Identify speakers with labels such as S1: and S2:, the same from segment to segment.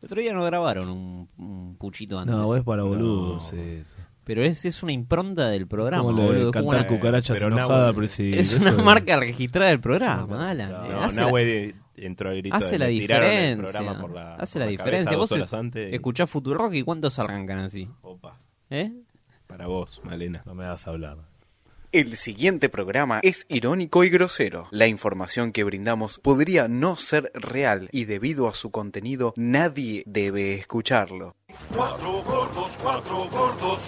S1: El otro día no grabaron un, un puchito antes.
S2: No, es para boludos
S1: No.
S2: eso.
S1: Pero es, es una impronta del programa,
S2: Como lo de
S1: boludo. es como
S2: cantar
S1: una-
S3: una-
S2: cucarachas
S3: pero
S2: enojada,
S3: Nahue-
S2: pero sí,
S1: es
S2: eso
S1: una
S2: es-
S1: marca registrada del programa, Alan. eh,
S3: No,
S1: hace la-
S3: Nahue di- entró al grito.
S1: hace
S3: de,
S1: la
S3: "Me tiraron el
S1: diferencia.
S3: programa por la,
S1: Hace
S3: por
S1: la
S3: cabeza
S1: diferencia.
S3: dos
S1: Vos
S3: horas antes y-
S1: Escuchás Futurock y cuántos arrancan así.
S3: Opa,
S1: ¿Eh?
S3: para vos, Malena.
S2: No me vas a hablar.
S4: El siguiente programa es irónico y grosero. La información que brindamos podría no ser real y debido a su contenido nadie debe escucharlo.
S5: Cuatro gordos, cuatro gordos.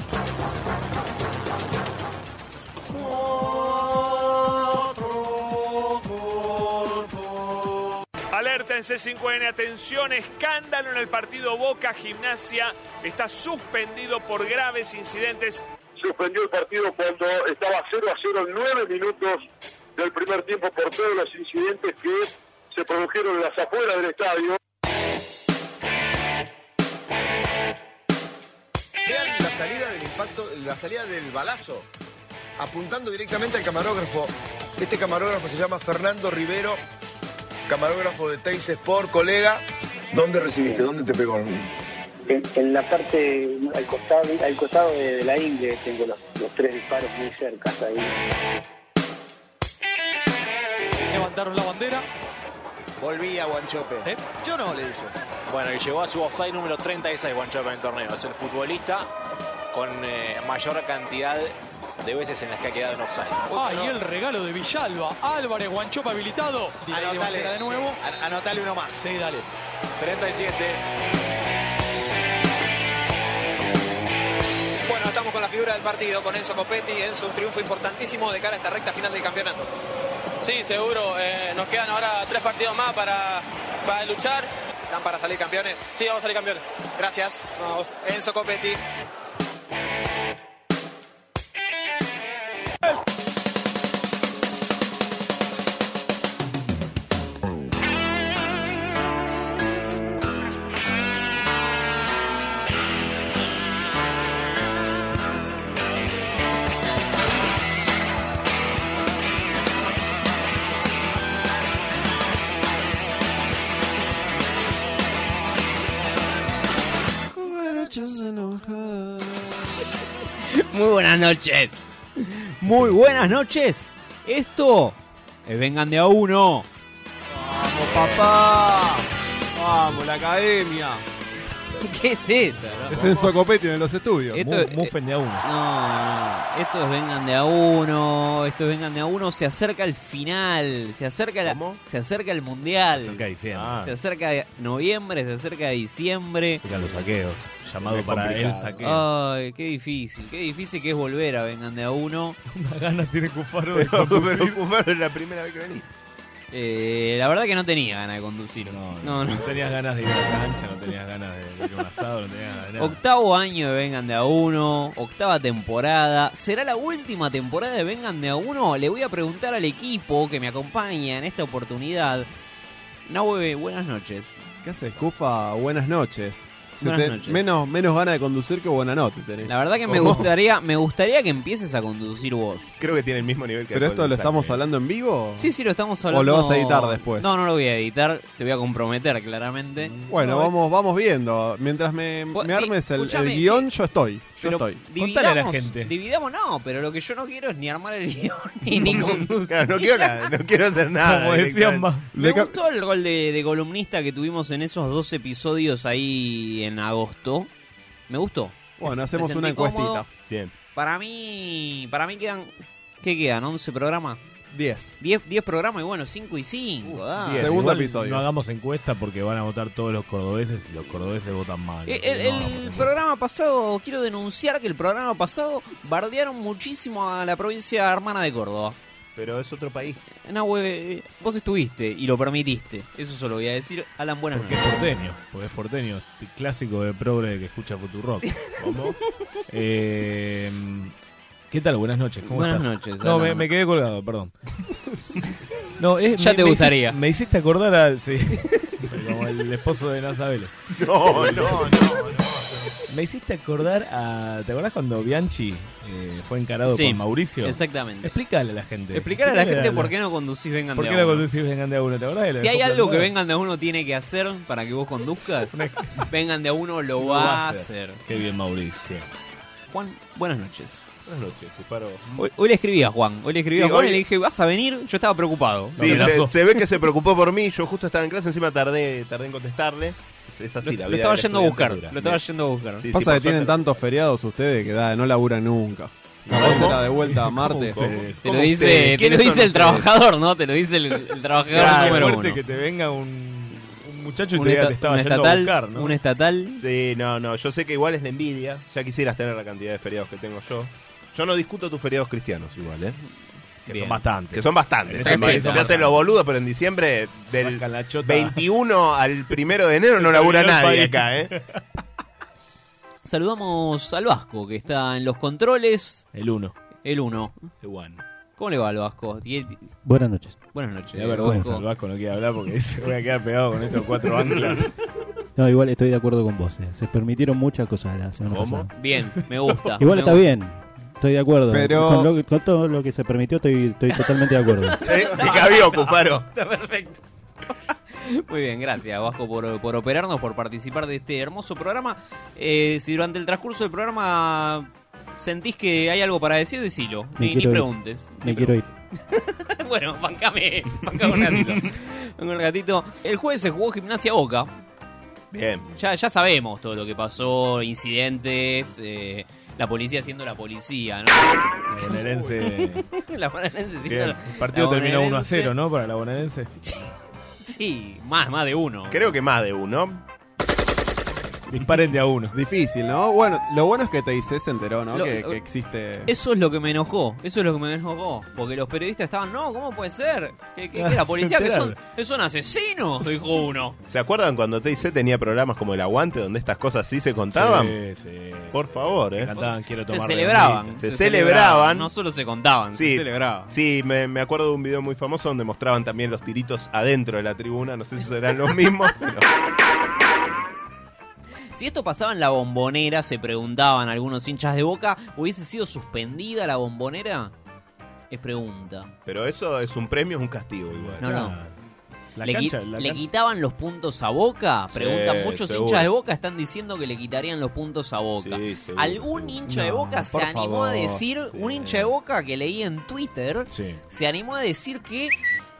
S6: Alerta en C5N, atención, escándalo en el partido Boca Gimnasia. Está suspendido por graves incidentes.
S5: Suspendió el partido cuando estaba 0 a 0 en 9 minutos del primer tiempo por todos los incidentes que se produjeron en las afueras del estadio.
S7: Vean la salida del impacto, la salida del balazo, apuntando directamente al camarógrafo. Este camarógrafo se llama Fernando Rivero, camarógrafo de Teis Sport, colega. ¿Dónde recibiste? ¿Dónde te pegó?
S8: En, en la parte, al costado, al costado de, de la ingle tengo los, los tres disparos muy cerca ahí.
S9: Levantaron la bandera.
S7: Volvía Guanchope.
S9: ¿Eh?
S7: Yo no, le dice.
S9: Bueno, y llegó a su offside número 36 Guanchope en el torneo. Es el futbolista con eh, mayor cantidad de veces en las que ha quedado en offside. Ah, y el regalo de Villalba. Álvarez Guanchope habilitado. Anotale, de nuevo. anotale uno más. Sí, dale. 37. Bueno, estamos con la figura del partido, con Enzo Copetti. Enzo, un triunfo importantísimo de cara a esta recta final del campeonato. Sí, seguro. Eh, nos quedan ahora tres partidos más para, para luchar. ¿Están para salir campeones? Sí, vamos a salir campeones. Gracias. Enzo Copetti.
S1: Muy buenas noches. Muy buenas noches. Esto es Vengan de a uno.
S7: Vamos, papá. Vamos, la academia.
S1: ¿Qué es esto? no?
S7: Es Enzo Copetti en los estudios.
S1: Esto es-
S2: Mu- Mufen de a uno.
S1: No, no. Esto es Vengan de a uno. Esto es Vengan de a uno. Se acerca el final. Se acerca, la-
S7: ¿Cómo?
S1: se acerca el mundial.
S2: Cerca de diciembre.
S3: Ah,
S1: Se acerca de noviembre, se acerca de diciembre.
S2: Cerca de los saqueos. Llamado
S3: Es
S2: para el
S3: complicado.
S2: saqueo.
S1: Ay, qué difícil, qué difícil que es volver a Vengan de a uno.
S2: Una gana tiene Cufaro de
S3: pero,
S2: conducir.
S3: pero, Cufaro, es la primera vez que venís.
S1: Eh, la verdad que no tenía ganas de conducir.
S2: No, no, no tenías ganas de ir a la cancha, no tenías ganas de ir a un asado, no tenías ganas de nada.
S1: Octavo año de Vengan de a uno, octava temporada. ¿Será la última temporada de Vengan de a uno? Le voy a preguntar al equipo que me acompaña en esta oportunidad. Nahue, buenas noches.
S7: ¿Qué haces, Cufa? Buenas noches.
S1: Se Buenas te- noches. menos-
S7: ganas de conducir que buena noche tenés.
S1: La verdad que me
S3: ¿Cómo?
S1: gustaría, me gustaría que empieces a conducir vos.
S3: Creo que tiene el mismo nivel que
S7: ¿Pero
S3: después
S7: esto
S3: del
S7: lo estamos
S3: saque.
S7: hablando en vivo?
S1: Sí, sí, lo estamos
S7: ¿O
S1: hablando.
S7: lo vas a editar después? Mm.
S1: No, no lo voy a editar. Te voy a comprometer claramente.
S7: Bueno,
S1: eh.
S7: vamos, vamos viendo. Mientras me,
S1: Vos-
S7: me armes el, el
S1: escuchame,
S7: guión, yo estoy. Yo
S1: eh, Pero
S7: estoy.
S1: dividamos,
S2: a la gente.
S1: Dividamos, no, pero lo que yo no quiero es ni armar el guión ni, ni conducir.
S3: Claro, no quiero nada, no quiero hacer nada.
S2: Como decían
S3: directamente.
S2: más.
S1: Me
S7: Le ca-
S1: gustó el rol de, de columnista que tuvimos en esos dos episodios ahí en agosto. Me gustó.
S7: Bueno,
S1: Me
S7: hacemos
S1: sentí
S7: una
S1: cómodo.
S7: encuestita.
S3: Bien.
S1: Para mí, para mí quedan, ¿qué quedan? ¿11 programas?
S7: 10.
S1: 10, 10 programas y bueno, 5 y 5.
S3: diez.
S7: Uh, Segundo
S2: Igual
S7: episodio.
S2: No hagamos encuesta porque van a votar todos los cordobeses y los cordobeses votan mal.
S1: Eh, El, el-
S2: No,
S1: el
S2: porque-
S1: programa pasado, quiero denunciar que el programa pasado bardearon muchísimo a la provincia hermana de Córdoba. Eh,
S3: Pero es otro país.
S1: Nahue, vos estuviste y lo permitiste. Eso solo voy a decir. Alan, buenas
S2: Porque es
S1: noches.
S2: porteño, porque es porteño, t- clásico de progre que escucha Futurock.
S3: ¿Cómo?
S2: Eh, ¿Qué tal? Buenas noches, ¿cómo
S1: Buenas
S2: estás?
S1: noches,
S2: No,
S1: Alan.
S2: me, me quedé colgado, perdón. No, es-
S1: Ya
S2: me-
S1: te
S2: me hici-
S1: gustaría.
S2: me hiciste acordar al. Sí. Como el esposo de Nasa Vélez.
S3: No, no, no, no.
S2: Me hiciste acordar a. ¿Te acordás cuando Bianchi eh, fue encarado
S1: Sí,
S2: por Mauricio?
S1: Exactamente.
S2: Explícale a la gente.
S1: Explicar a la gente por
S2: qué
S1: qué no conducís Vengan
S2: ¿Por
S1: de
S2: qué
S1: a
S2: no
S1: uno.
S2: conducís Vengan de a uno? ¿Te acordás de la
S1: Si hay
S2: Copa
S1: algo que
S2: Andada?
S1: Vengan de a uno tiene que hacer para que vos conduzcas, Vengan de a uno lo va a hacer.
S2: Qué bien, Mauricio.
S1: Juan, buenas noches.
S3: Buenas noches, Cuparo.
S1: Hoy, hoy le escribí a Juan, hoy le escribí a
S3: Sí,
S1: Juan
S3: hoy-
S1: y le dije, ¿vas a venir? Yo estaba preocupado.
S3: Sí,
S2: No,
S3: se,
S2: abrazo.
S3: se ve que se preocupó por mí. Yo justo estaba en clase, encima tardé, tardé en contestarle. Es así,
S1: Lo,
S3: la
S1: lo
S3: vida
S1: estaba
S3: del
S1: yendo a buscar,
S3: estudiante dura.
S1: lo estaba yendo a buscar.
S3: Sí, sí,
S10: Pasa
S3: por
S10: que tienen
S3: suerte.
S10: tantos feriados ustedes que da, no laburan nunca.
S3: ¿Cómo?
S10: La será de vuelta a martes.
S2: ¿Cómo?
S1: Te lo
S3: ¿Cómo ustedes?
S1: dice, te lo
S3: ¿Quiénes
S1: dice
S3: son
S1: el trabajador, ¿no? Te lo dice el, el trabajador
S2: Claro,
S1: número
S2: fuerte
S1: uno.
S2: que te venga un, un muchacho y
S1: Un
S2: te diga
S1: esta-
S2: te estaba
S1: un
S2: yendo
S1: estatal,
S2: a buscar, ¿no?
S1: un estatal.
S3: Sí, no, no, yo sé que igual es la envidia. Ya quisieras tener la cantidad de feriados que tengo yo. Yo no discuto tus feriados cristianos igual, ¿eh?
S2: que
S1: Bien.
S2: son bastantes.
S3: Que son bastantes.
S2: En este país
S3: Se
S2: son
S3: hacen
S2: bastantes.
S3: los boludos, pero en diciembre del
S2: Bajan la chota.
S3: 21 al 1 de enero no labura
S2: terminó el
S3: nadie
S2: país.
S3: acá, ¿eh?
S1: Saludamos al Vasco, que está en los controles,
S2: El uno.
S1: el 1.
S2: El one.
S1: ¿Cómo le va al Vasco? Die-
S9: Buenas noches.
S1: Buenas noches.
S2: Da vergüenza,
S1: Vasco.
S2: el Vasco no quiere hablar porque se voy a quedar pegado con estos cuatro anclas.
S9: No, igual estoy de acuerdo con vos. eh. Se permitieron muchas cosas la semana
S3: ¿Cómo?
S9: pasada.
S1: Bien, me gusta.
S9: Igual
S1: me
S9: está
S1: gusta.
S9: bien. Estoy de acuerdo.
S10: Pero-
S9: Con, lo- con todo lo que se permitió estoy, estoy totalmente de acuerdo.
S3: ¿Eh? Te cabió, Cufaro.
S1: Está perfecto. Muy bien, gracias Vasco por, por operarnos, por participar de este hermoso programa. Eh, si durante el transcurso del programa sentís que hay algo para decir, decilo.
S9: Me
S1: Ni, ni
S9: quiero ir.
S1: preguntes.
S9: Me quiero ir.
S1: Bueno, bancame, bancame un ratito. Bancame un ratito. El jueves se jugó Gimnasia Boca.
S3: Bien.
S1: Ya, ya sabemos todo lo que pasó, incidentes, eh, la policía siendo la policía, ¿no?
S2: Bonaerense.
S1: La bonaerense siendo
S3: Bien.
S1: la-
S2: El partido
S1: la
S2: terminó 1 a
S1: bonaerense.
S2: 0, ¿no? Para la bonaerense.
S1: Sí, más, más de uno.
S3: Creo que más de uno.
S2: Disparen de a uno.
S10: Difícil, ¿no? Bueno, lo bueno es que TIC se enteró, ¿no?
S1: Lo-
S10: que, que existe.
S1: Eso es lo que me enojó, eso es lo que me enojó, porque los periodistas estaban, no, ¿cómo puede ser? Que, que- que la
S2: Se
S1: policía, que son,
S2: enteraron.
S1: que son asesinos, dijo uno.
S3: ¿Se acuerdan cuando TIC tenía programas como El Aguante, donde estas cosas sí se contaban?
S2: Sí, sí.
S3: Por favor,
S2: Que
S3: ¿eh?
S2: Cantaban, quiero
S1: Se
S2: tomar
S1: celebraban.
S2: redondita.
S3: Se celebraban.
S1: No solo se contaban, se
S3: Sí.
S1: celebraban.
S3: Sí, me, me acuerdo de un video muy famoso donde mostraban también los tiritos adentro de la tribuna. No sé si serán los mismos. pero-
S1: Si esto pasaba en la bombonera, se preguntaban algunos hinchas de boca, ¿hubiese sido suspendida la bombonera? Es pregunta.
S3: Pero eso es un premio, es un castigo igual.
S1: No, no.
S2: La
S1: ¿Le, qui-
S2: cancha, la
S1: le
S2: cancha.
S1: quitaban los puntos a boca? Preguntan
S3: Sí,
S1: muchos
S3: seguro.
S1: hinchas de boca, están diciendo que le quitarían los puntos a boca.
S3: Sí, seguro,
S1: Algún
S3: seguro.
S1: hincha de
S10: No,
S1: boca se
S10: por
S1: animó a
S10: favor.
S1: decir, un hincha de boca que leí en Twitter,
S2: Sí.
S1: se animó a decir que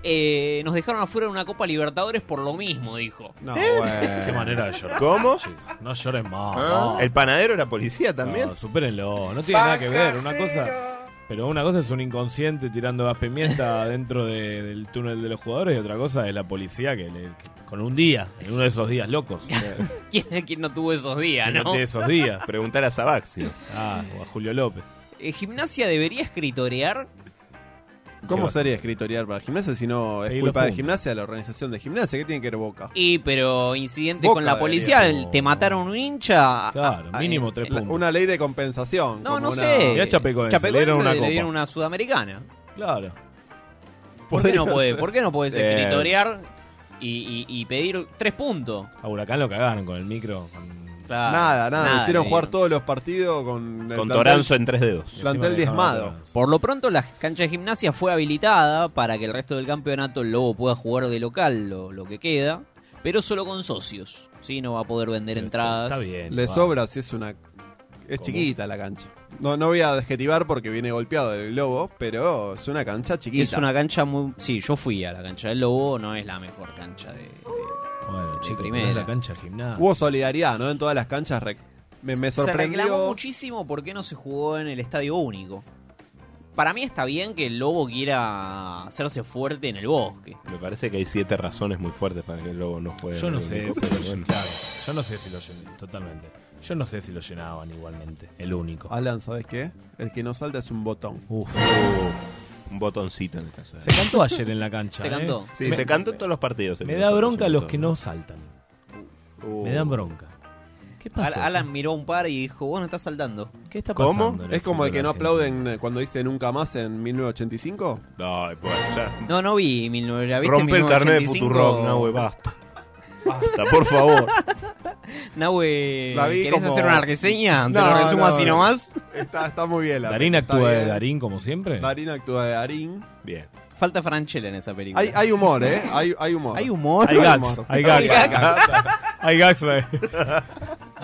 S1: eh, nos dejaron afuera de una Copa Libertadores por lo mismo, dijo.
S10: No,
S2: Qué
S10: bueno.
S2: manera de llorar.
S3: ¿Cómo?
S2: Sí. No llores más.
S7: ¿Ah?
S2: no.
S3: ¿El panadero era policía también?
S2: No, supérenlo. No tiene nada que ver. Una cosa. Pero una cosa es un inconsciente tirando gas pimienta dentro de- del túnel de los jugadores y otra cosa es la policía que, le- que- con un día, en uno de esos días locos.
S1: ¿Quién, quién no tuvo esos días, Ah, no?
S2: De esos días.
S3: Preguntar a Sabaxi.
S2: Ah, o a Julio López.
S1: Eh, ¿Gimnasia debería escritorear?
S10: ¿Cómo sería escritorial para gimnasia si no es
S2: Pedir
S10: culpa
S2: los
S10: de
S2: puntos.
S10: gimnasia, la organización de gimnasia? ¿Qué tiene que ver Boca?
S1: Y pero incidentes
S10: Boca
S1: con la policía,
S10: debería,
S1: el- te mataron un hincha.
S2: Claro,
S1: Ah,
S2: mínimo
S1: eh,
S2: tres
S1: eh,
S10: La-
S2: puntos.
S10: una ley de compensación.
S1: No,
S10: como
S1: no
S10: una-
S1: sé.
S2: Ya Chapecoense,
S1: Chapecoense
S2: le dieron una
S1: le
S2: copa.
S1: dieron una sudamericana.
S2: Claro.
S1: ¿Por qué no
S10: Podría
S1: podés?
S10: ser.
S1: ¿Por qué no podés
S3: Eh.
S1: escritorear y, y- y pedir tres puntos?
S2: A Huracán lo cagaron con el micro. con-
S1: Claro,
S10: Nada, nada. Hicieron
S1: le
S10: jugar
S1: dieron.
S10: todos los partidos con el
S3: Con
S10: plantel-
S3: Toranzo en tres dedos.
S10: Plantel
S2: Encima dejaron
S10: diezmado.
S2: atrás.
S1: Por lo pronto, la cancha de gimnasia fue habilitada para que el resto del campeonato el Lobo pueda jugar de local, lo, lo que queda, pero solo con socios. ¿sí? No va a poder vender
S2: Pero
S1: entradas.
S2: Está bien.
S10: Le
S2: va.
S10: sobra si es una. Es
S2: ¿Cómo?
S10: chiquita la cancha. No, no voy a adjetivar porque viene golpeado del globo, pero es una cancha chiquita.
S1: Es una cancha muy. Sí, yo fui a la cancha del Lobo, no es la mejor cancha de. de-
S2: Bueno, chicos,
S1: primera.
S2: primero. la cancha de gimnasia.
S10: Hubo solidaridad, ¿no? En todas las canchas. re- Me, me
S1: Se reclamó
S10: sorprendió.
S1: muchísimo por qué no se jugó en el estadio único. Para mí está bien que el Lobo quiera hacerse fuerte en el bosque.
S3: Me parece que hay siete razones muy fuertes para que el Lobo no juegue.
S2: Yo
S3: en
S2: no
S3: el
S2: sé
S3: único,
S2: si lo
S3: pero bueno.
S2: llenaban. Yo no sé si lo llenaban, totalmente. Yo no sé si lo llenaban igualmente, el único.
S10: Alan, ¿sabes qué? El que no salta es un botón.
S2: Uf.
S3: Uh, Un botoncito en el caso.
S2: Se cantó ayer en la cancha.
S1: Se
S2: ¿eh?
S1: cantó.
S3: Sí,
S2: Me-
S3: se cantó en todos los partidos.
S2: Me da bronca los que no saltan. Me
S3: Uh,
S2: dan bronca. ¿Qué
S1: Al-
S2: pasa?
S1: Alan miró un par y dijo, vos no estás saltando.
S2: ¿Qué está
S3: ¿Cómo?
S2: pasando? en
S10: Es como el
S2: fútbol
S10: que no
S2: argentino?
S10: aplauden eh, cuando dice nunca más en 1985.
S3: No, pues ya.
S1: No, no vi 19, ¿la viste
S3: Rompe el carnet de
S1: 1985?
S3: Futurock, no, güey, basta. Basta, por favor.
S1: Nahue,
S10: La vi
S1: ¿querés
S10: como-
S1: hacer una reseña? ¿Te
S10: No,
S1: lo resumo
S10: no,
S1: así nomás?
S10: Está, está muy bien la
S2: Darín
S10: película, está
S2: actúa de
S10: bien.
S2: Darín como siempre.
S10: Darín actúa de Darín.
S3: Bien.
S1: Falta Franchella en esa película.
S10: Hay, hay humor, ¿eh? Hay, hay humor.
S1: Hay humor.
S2: Hay gags, hay gags.
S1: Hay gags.
S2: Hay gags, eh.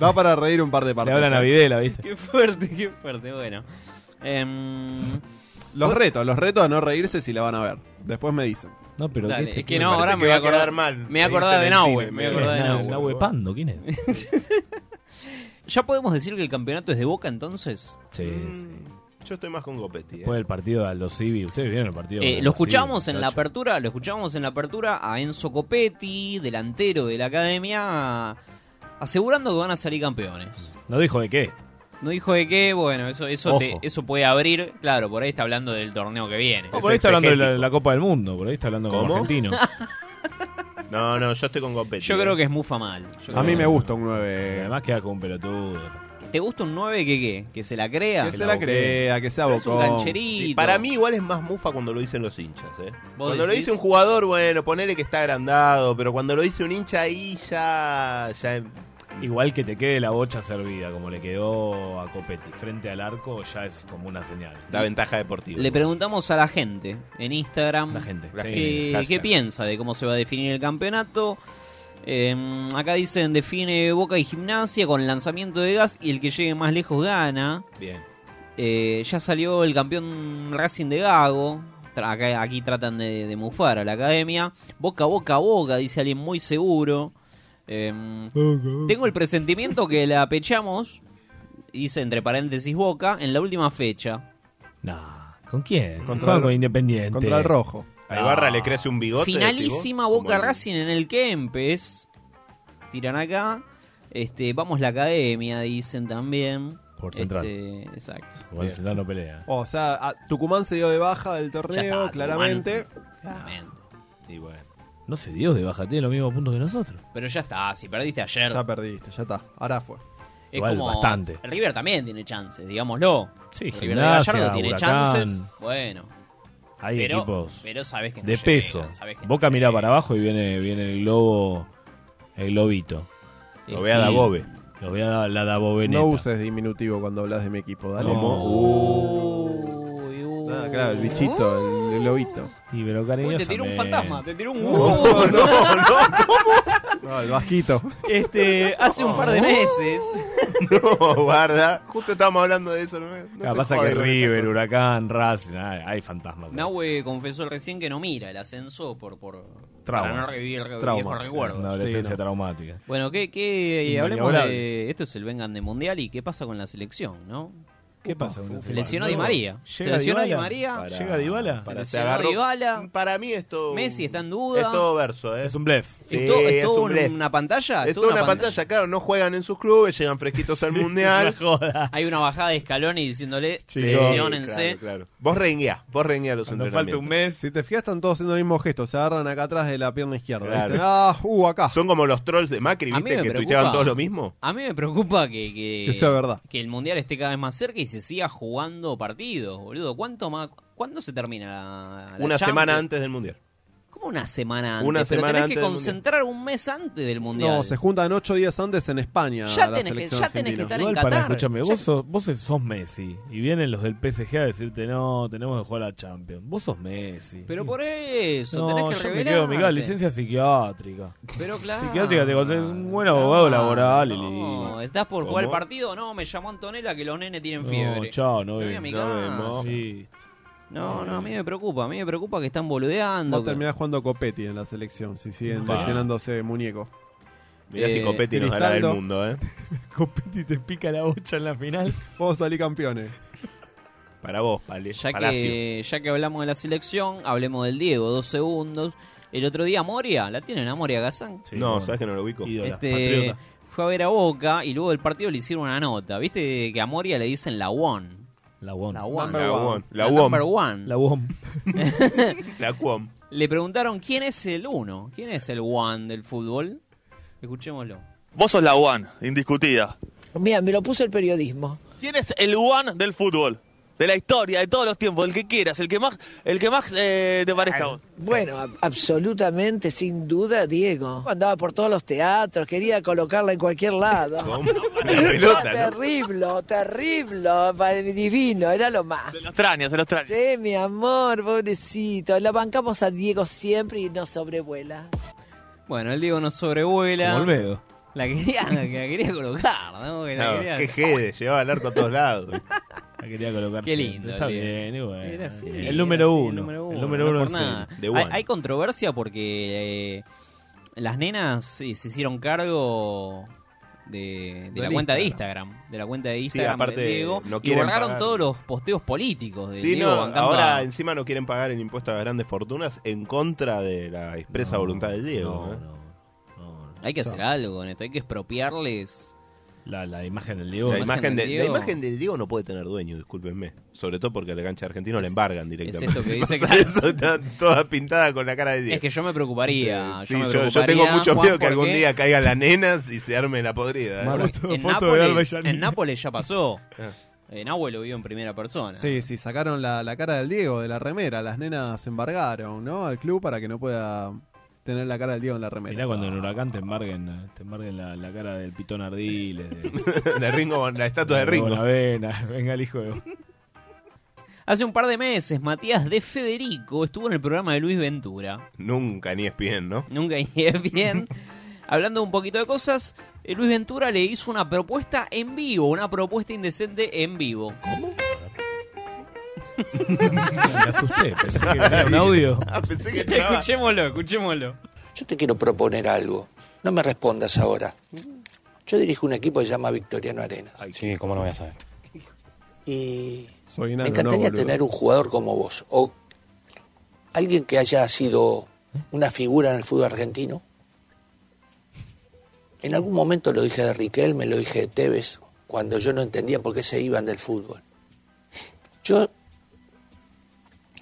S10: Va para reír un par de
S2: Le
S10: partes.
S2: hablan a
S10: ¿eh?
S2: Videla, ¿viste?
S1: Qué fuerte, qué fuerte. Bueno. Em,
S10: Los retos, los retos a no reírse si la van a ver. Después me dicen.
S2: No, pero
S1: Dale,
S2: ¿qué-
S1: es
S2: qué-
S1: que no, ahora
S3: parece
S1: me
S3: que
S1: voy a
S3: va a quedar
S1: acordar
S3: mal.
S1: Me voy a
S3: Dicen
S1: acordar
S3: en
S1: de
S3: el
S1: Nahue.
S3: cine,
S1: Me voy a
S3: me
S1: acordar de
S2: ¿Quién es?
S1: Nahue.
S2: Nahue Pando, ¿quién es?
S1: ¿Ya podemos decir que el campeonato es de Boca entonces?
S2: Sí, sí.
S3: Yo estoy más con Copetti. eh.
S2: Fue el partido de Aldo Civi. Ustedes vieron el
S1: Eh,
S2: partido. con
S1: lo
S2: Aldo Civi,
S1: escuchábamos en la
S2: muchacho?
S1: apertura, lo escuchábamos en la apertura a Enzo Copetti, delantero de la academia, asegurando que van a salir campeones.
S2: No dijo de qué.
S1: No dijo de qué, bueno, eso eso te-
S2: Ojo.
S1: eso puede abrir, claro, por ahí está hablando del torneo que viene.
S2: No, por ahí está
S3: exegético.
S2: hablando de la, la Copa del Mundo. Por ahí está hablando como
S3: ¿Cómo?
S2: argentino.
S3: No, no, yo estoy con Copetti. eh.
S1: Yo creo que es mufa mal. Yo
S10: A mí
S1: creo-
S10: me gusta un
S2: Y
S10: 9.
S2: Además queda como un pelotudo.
S1: ¿Te gusta un 9 que qué? ¿Que se la crea?
S10: Que se la crea, que sea
S1: es un
S10: bocón.
S1: cancherito.
S3: Sí, para mí igual es más mufa cuando lo dicen los hinchas, ¿eh?
S1: ¿Vos
S3: Cuando lo
S1: decís?
S3: dice un jugador, bueno, ponele que está agrandado, pero cuando lo dice un hincha ahí ya... ya
S2: em- Igual que te quede la bocha servida, como le quedó a Copetti. Frente al arco ya es como una señal.
S3: da ventaja deportiva.
S1: Le preguntamos a la gente en Instagram
S2: La gente.
S3: La
S2: Sí.
S3: gente.
S1: qué,
S3: hashtag.
S1: qué piensa de cómo se va a definir el campeonato. Eh, acá dicen define Boca y Gimnasia con lanzamiento de gas y el que llegue más lejos gana.
S3: Bien.
S1: Eh, ya salió el campeón Racing de Gago. Tra- acá- aquí tratan de, de mufar a la academia. Boca, boca, boca, dice alguien muy seguro. Eh, tengo el presentimiento que la pechamos, dice entre paréntesis Boca, en la última fecha.
S2: Nah, ¿Con quién?
S10: Contra
S2: Juega
S10: el-
S2: con Independiente.
S10: Contra el rojo.
S3: A
S2: Ah.
S3: Ibarra le crece un bigote. decís vos,
S1: Finalísima
S3: como
S1: Boca
S3: el-
S1: Racing en el Kempes. Tiran acá. Este, vamos la academia, dicen también.
S2: Por Central.
S1: Este, exacto.
S2: Igual Central no pelea.
S10: O sea, a- Tucumán se dio de baja del
S1: Ya está,
S10: torneo,
S1: Tucumán.
S10: claramente.
S1: Tremendo.
S3: Sí, bueno.
S2: No sé, Dios de baja tiene los mismos puntos que nosotros.
S1: Pero ya está, si perdiste ayer.
S10: Ya perdiste, ya está. Ahora fue.
S1: Es
S2: Igual,
S1: como-
S2: bastante.
S1: River también tiene chances, digámoslo.
S2: Sí,
S1: River de
S2: Gimnasia,
S1: Gallardo tiene
S2: Huracán.
S1: chances. Bueno,
S2: Hay
S1: pero,
S2: equipos
S1: pero sabes que no
S2: de
S1: llegan,
S2: peso.
S1: sabés que no
S2: Boca mira
S1: llegan.
S2: para abajo y viene, viene el globo. El globito.
S3: Lo ve a Dabobe.
S2: Lo voy a dar la Daboveneta.
S10: No uses diminutivo cuando hablas de mi equipo, dale.
S2: No.
S1: Uy, uy.
S10: Ah, claro, el bichito, el, el lobito.
S2: Y pero
S1: Uy,
S2: cariño.
S1: te tiró un fantasma, te tiró un
S10: No, el vasquito.
S1: Este, hace un par de meses.
S3: No, guarda. Justo estábamos hablando de eso. No, No se
S2: Ah, pasa
S3: jode
S2: que
S3: con estas
S2: River,
S3: cosas.
S2: Huracán, Racing, ah, hay fantasmas.
S1: Nahue confesó recién que no mira el ascenso por, por para no
S2: Traumas.
S1: revivir viejos
S10: Traumas.
S1: recuerdos.
S2: Una adolescencia
S10: Sí, no.
S2: traumática.
S1: Bueno, ¿qué, qué?
S2: Inmaniobable.
S1: hablemos de. Esto es el Vengan de Mundial y qué pasa con la selección, ¿no?
S2: ¿Qué pasa con
S1: Se lesionó Di María. Se
S2: Llega
S1: lesionó Di
S2: Dybala.
S1: María.
S2: Para- ¿Llega Dybala?
S1: Se
S3: Para- se
S1: lesionó
S3: agarró-
S1: Dybala.
S3: Para mí esto...
S1: Messi está en duda.
S3: Es todo verso, ¿eh?
S2: Es un blef.
S3: Sí,
S1: ¿Es todo- es
S3: es
S1: todo
S3: un
S1: un-
S3: blef.
S1: una pantalla?
S3: Es toda una pantalla, claro, no juegan en sus clubes, llegan fresquitos al mundial.
S2: Es una joda.
S1: Hay una bajada de escalón y diciéndole,
S3: Sí,
S1: lesionense.
S3: claro, claro. Vos reingueás, vos reingueás los
S2: Cuando falta
S3: entrenamientos.
S2: un mes.
S10: Si te fijas, están todos haciendo el mismo gesto. Se agarran acá atrás de la pierna izquierda.
S3: Claro.
S10: Dicen, ah, uh, acá.
S3: Son como los trolls de Macri,
S1: A mí
S3: ¿viste?
S1: me
S3: Que
S1: preocupa.
S3: tuiteaban todos lo mismo.
S1: A mí me preocupa que, que,
S10: Que sea verdad.
S1: que el mundial esté cada vez más cerca y se siga jugando partidos, boludo. ¿Cuánto más? ¿Cuándo se termina la, la
S3: Una semana
S1: Champions?
S3: antes del mundial.
S1: ¿Cómo una semana antes?
S3: Una
S1: Pero
S3: semana
S1: tenés
S3: antes
S1: que
S3: del
S1: concentrar un mes antes del mundial.
S10: No, se juntan ocho días antes en España.
S1: Ya
S10: la
S1: tenés que-
S10: selección
S1: ya tenés que
S10: argentina.
S1: estar en
S2: Igual
S1: Qatar.
S2: para escucharme,
S1: Ya-
S2: vos sos, vos sos Messi y vienen los del PSG a decirte no, tenemos que jugar a la Champions. Vos sos Messi.
S1: Pero por eso,
S2: no,
S1: tenés que
S2: yo me
S1: revelarte.
S2: quedo, me quedo licencia psiquiátrica.
S1: Pero claro.
S2: Psiquiátrica, te contés un buen abogado laboral y
S1: No,
S2: listo.
S1: ¿Estás por
S3: ¿Cómo?
S1: jugar el partido? No, me llamó Antonella que los nenes tienen
S2: No,
S1: fiebre.
S2: chao, no
S1: Me voy
S2: vi.
S1: a mi
S3: no
S1: casa.
S3: vemos.
S2: Sí.
S1: No, no, a mí me preocupa, a mí me preocupa que están boludeando.
S10: Va a
S1: que-
S10: terminar jugando Copetti en la selección si siguen
S2: Va.
S10: lesionándose muñeco.
S3: Mirá si
S1: Eh,
S3: Copetti nos hará del
S10: Cristaldo.
S3: mundo, ¿eh?
S2: Copetti te pica la bocha en la final.
S10: Vos salí campeones.
S3: Para vos, Pali.
S1: Ya
S3: Palacio.
S1: que, ya que hablamos de la selección, hablemos del Diego, dos segundos. El otro día Moria, ¿la tienen a Moria Gazán?
S2: Sí,
S3: no,
S2: bueno.
S3: sabes que no lo ubico.
S2: Ídola,
S1: Este,
S2: patriota.
S1: fue a ver a Boca y luego del partido le hicieron una nota. ¿Viste que a Moria le dicen la one?
S2: La WOM.
S1: La one.
S3: La UOM. La
S1: La
S3: UOM.
S1: number one.
S2: La WOM.
S3: La Cuom.
S1: Le preguntaron quién es el uno, quién es el one del fútbol. Escuchémoslo.
S5: Vos sos la one, indiscutida.
S11: Mira, me lo puso el periodismo.
S5: ¿Quién es el one del fútbol?
S11: de la historia, de todos los tiempos, el que quieras, el que más, el que más eh, te parezca a vos.
S12: Bueno, ab- absolutamente, sin duda, Diego. Andaba por todos los teatros, quería colocarla en cualquier lado.
S11: La pelota, ¿no?
S12: terrible, terrible, pa- divino, era lo más.
S11: Se lo extraña, se lo extraña.
S12: Sí, mi amor, pobrecito. La bancamos a Diego siempre y nos sobrevuela.
S1: Bueno, el Diego nos sobrevuela.
S2: Como Olmedo.
S1: La quería, la quería colocar, ¿no? Que la
S3: Claro,
S1: quería-
S3: qué jede, llevaba el arco a todos lados.
S2: La quería colocar
S1: Qué
S2: siempre.
S1: lindo,
S2: Está
S1: el Diego.
S2: bien, y bueno.
S1: Era así,
S2: El
S1: era
S2: número
S1: así,
S2: uno, el número uno
S1: por
S2: es
S1: nada.
S2: él. The
S1: Hay,
S2: one.
S1: hay controversia porque eh, las nenas sí, se hicieron cargo de, de la
S3: Del
S1: cuenta de
S3: Instagram.
S1: Instagram. De la cuenta de Instagram
S3: aparte,
S1: de Diego.
S3: no
S1: y
S3: quieren
S1: borraron
S3: pagar.
S1: todos los posteos políticos de
S3: Sí,
S1: Diego
S3: no,
S1: bancando
S3: ahora
S1: a-
S3: encima no quieren pagar el impuesto a las grandes fortunas en contra de la expresa voluntad del Diego. ¿eh?
S1: Hay que hacer algo con esto, hay que expropiarles
S2: la, imagen del
S3: La, imagen de- la imagen del Diego no puede tener dueño, discúlpenme. Sobre todo porque a la cancha argentina la embargan directamente.
S1: esto que
S3: Si
S1: dice,
S3: pasa
S1: claro.
S3: eso, está toda pintada con la cara de Diego.
S1: Es que yo me preocuparía.
S3: Sí,
S1: yo, me
S3: yo, yo
S1: preocuparía,
S3: tengo mucho
S1: Juan,
S3: miedo que algún
S1: porque
S3: día caigan las nenas y se arme la podrida. ¿eh?
S1: En, Nápoles, en Nápoles ya pasó.
S3: Ah.
S1: En Nápoles lo vio en primera persona.
S10: Sí, sí, sacaron la, la cara del Diego de la remera. Las nenas embargaron, ¿no? Al club para que no pueda tener la cara del Diego en la remera.
S2: Mirá cuando en Huracán te embarguen, eh, te embarguen la, la cara del pitón Ardiles.
S3: De, Ringo, la estatua de Ringo.
S2: La vena, venga el hijo de...
S1: Hace un par de meses, Matías de Federico estuvo en el programa de Luis Ventura.
S3: Nunca ni es bien, ¿no?
S1: Nunca llegué bien. Hablando un poquito de cosas, eh, Luis Ventura le hizo una propuesta en vivo, una propuesta indecente en vivo. ¿Cómo?
S2: Me asusté, pensé que era un audio.
S3: Ah,
S1: Escuchémoslo, escuchémoslo.
S13: Yo te quiero proponer algo. No me respondas ahora. Yo dirijo un equipo que se llama Victoriano Arenas.
S14: Sí, ¿cómo no voy a saber?
S13: Y
S10: Soy
S13: me
S10: enano, no,
S13: encantaría
S10: boludo.
S13: tener un jugador como vos. O alguien que haya sido una figura en el fútbol argentino. En algún momento lo dije de Riquelme, lo dije de Tevez, cuando yo no entendía por qué se iban del fútbol. Yo. vos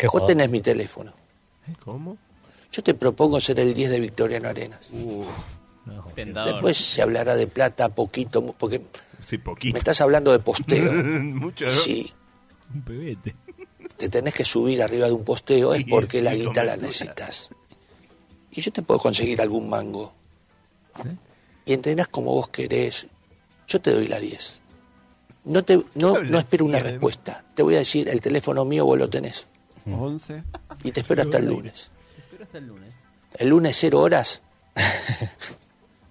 S14: jugador?
S13: tenés mi teléfono.
S3: ¿Cómo?
S13: Yo te propongo ser el 10 de Victoriano Arenas.
S1: Tentador.
S13: Después se hablará de plata poquito, mu- porque
S3: sí, poquito.
S13: me estás hablando de posteo.
S3: Mucho, ¿no?
S13: Sí,
S2: Un pebete.
S13: te tenés que subir arriba de un posteo es
S2: Sí,
S13: porque
S2: sí,
S13: la guita la
S2: cobertura.
S13: necesitas. Y yo te puedo conseguir algún mango. Y entrenás como vos querés. Yo te doy la 10. No, te, no, no espero una respuesta. Te voy a decir, el teléfono mío vos lo tenés.
S10: 11.
S13: Y te espero hasta el lunes.
S1: Pero hasta el lunes.
S13: El lunes cero horas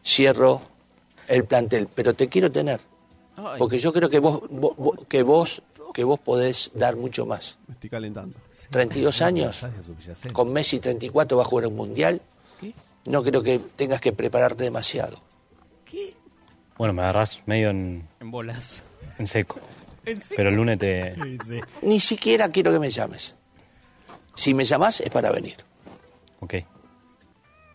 S13: cierro el plantel. Pero te quiero tener.
S1: Ay.
S13: Porque yo creo que vos, vos- vos- que vos, que vos podés dar mucho más.
S10: Me estoy calentando.
S13: 32 años, con Messi 34 va a jugar un mundial. No creo que tengas que prepararte demasiado.
S14: Bueno, me agarrás medio en,
S1: En bolas.
S14: en seco. Pero el lunes te...
S13: Ni siquiera quiero que me llames. Si me llamás es para venir.
S14: Ok.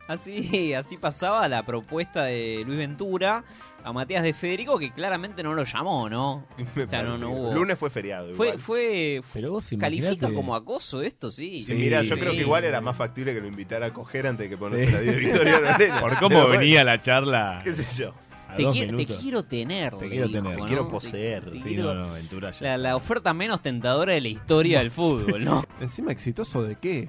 S1: Así, así pasaba la propuesta de Luis Ventura a Matías de Federico, que claramente no lo llamó, ¿no? O sea, no, no hubo.
S3: Lunes fue feriado.
S1: Fue,
S3: igual.
S1: fue, califica
S3: imaginate-
S1: como acoso esto, sí.
S3: Sí, mira, yo creo
S1: Sí.
S3: que igual era más factible que lo invitara a coger antes que ponerse
S2: Sí.
S3: la 10 de Victoriano Arenas.
S2: Por
S3: Pero
S2: cómo
S3: bueno,
S2: venía la charla.
S3: ¿Qué sé yo?
S2: A
S1: Te
S2: dos
S1: quiero, te
S2: minutos.
S1: quiero tener.
S2: Te
S1: le
S2: quiero
S1: dijo,
S2: tener.
S1: ¿no?
S2: Te quiero
S3: poseer.
S1: Te
S2: Sí,
S1: quiero-
S2: no, no, Ventura ya
S1: La, la oferta menos tentadora de la historia del fútbol, ¿no?
S10: Encima, exitoso de qué?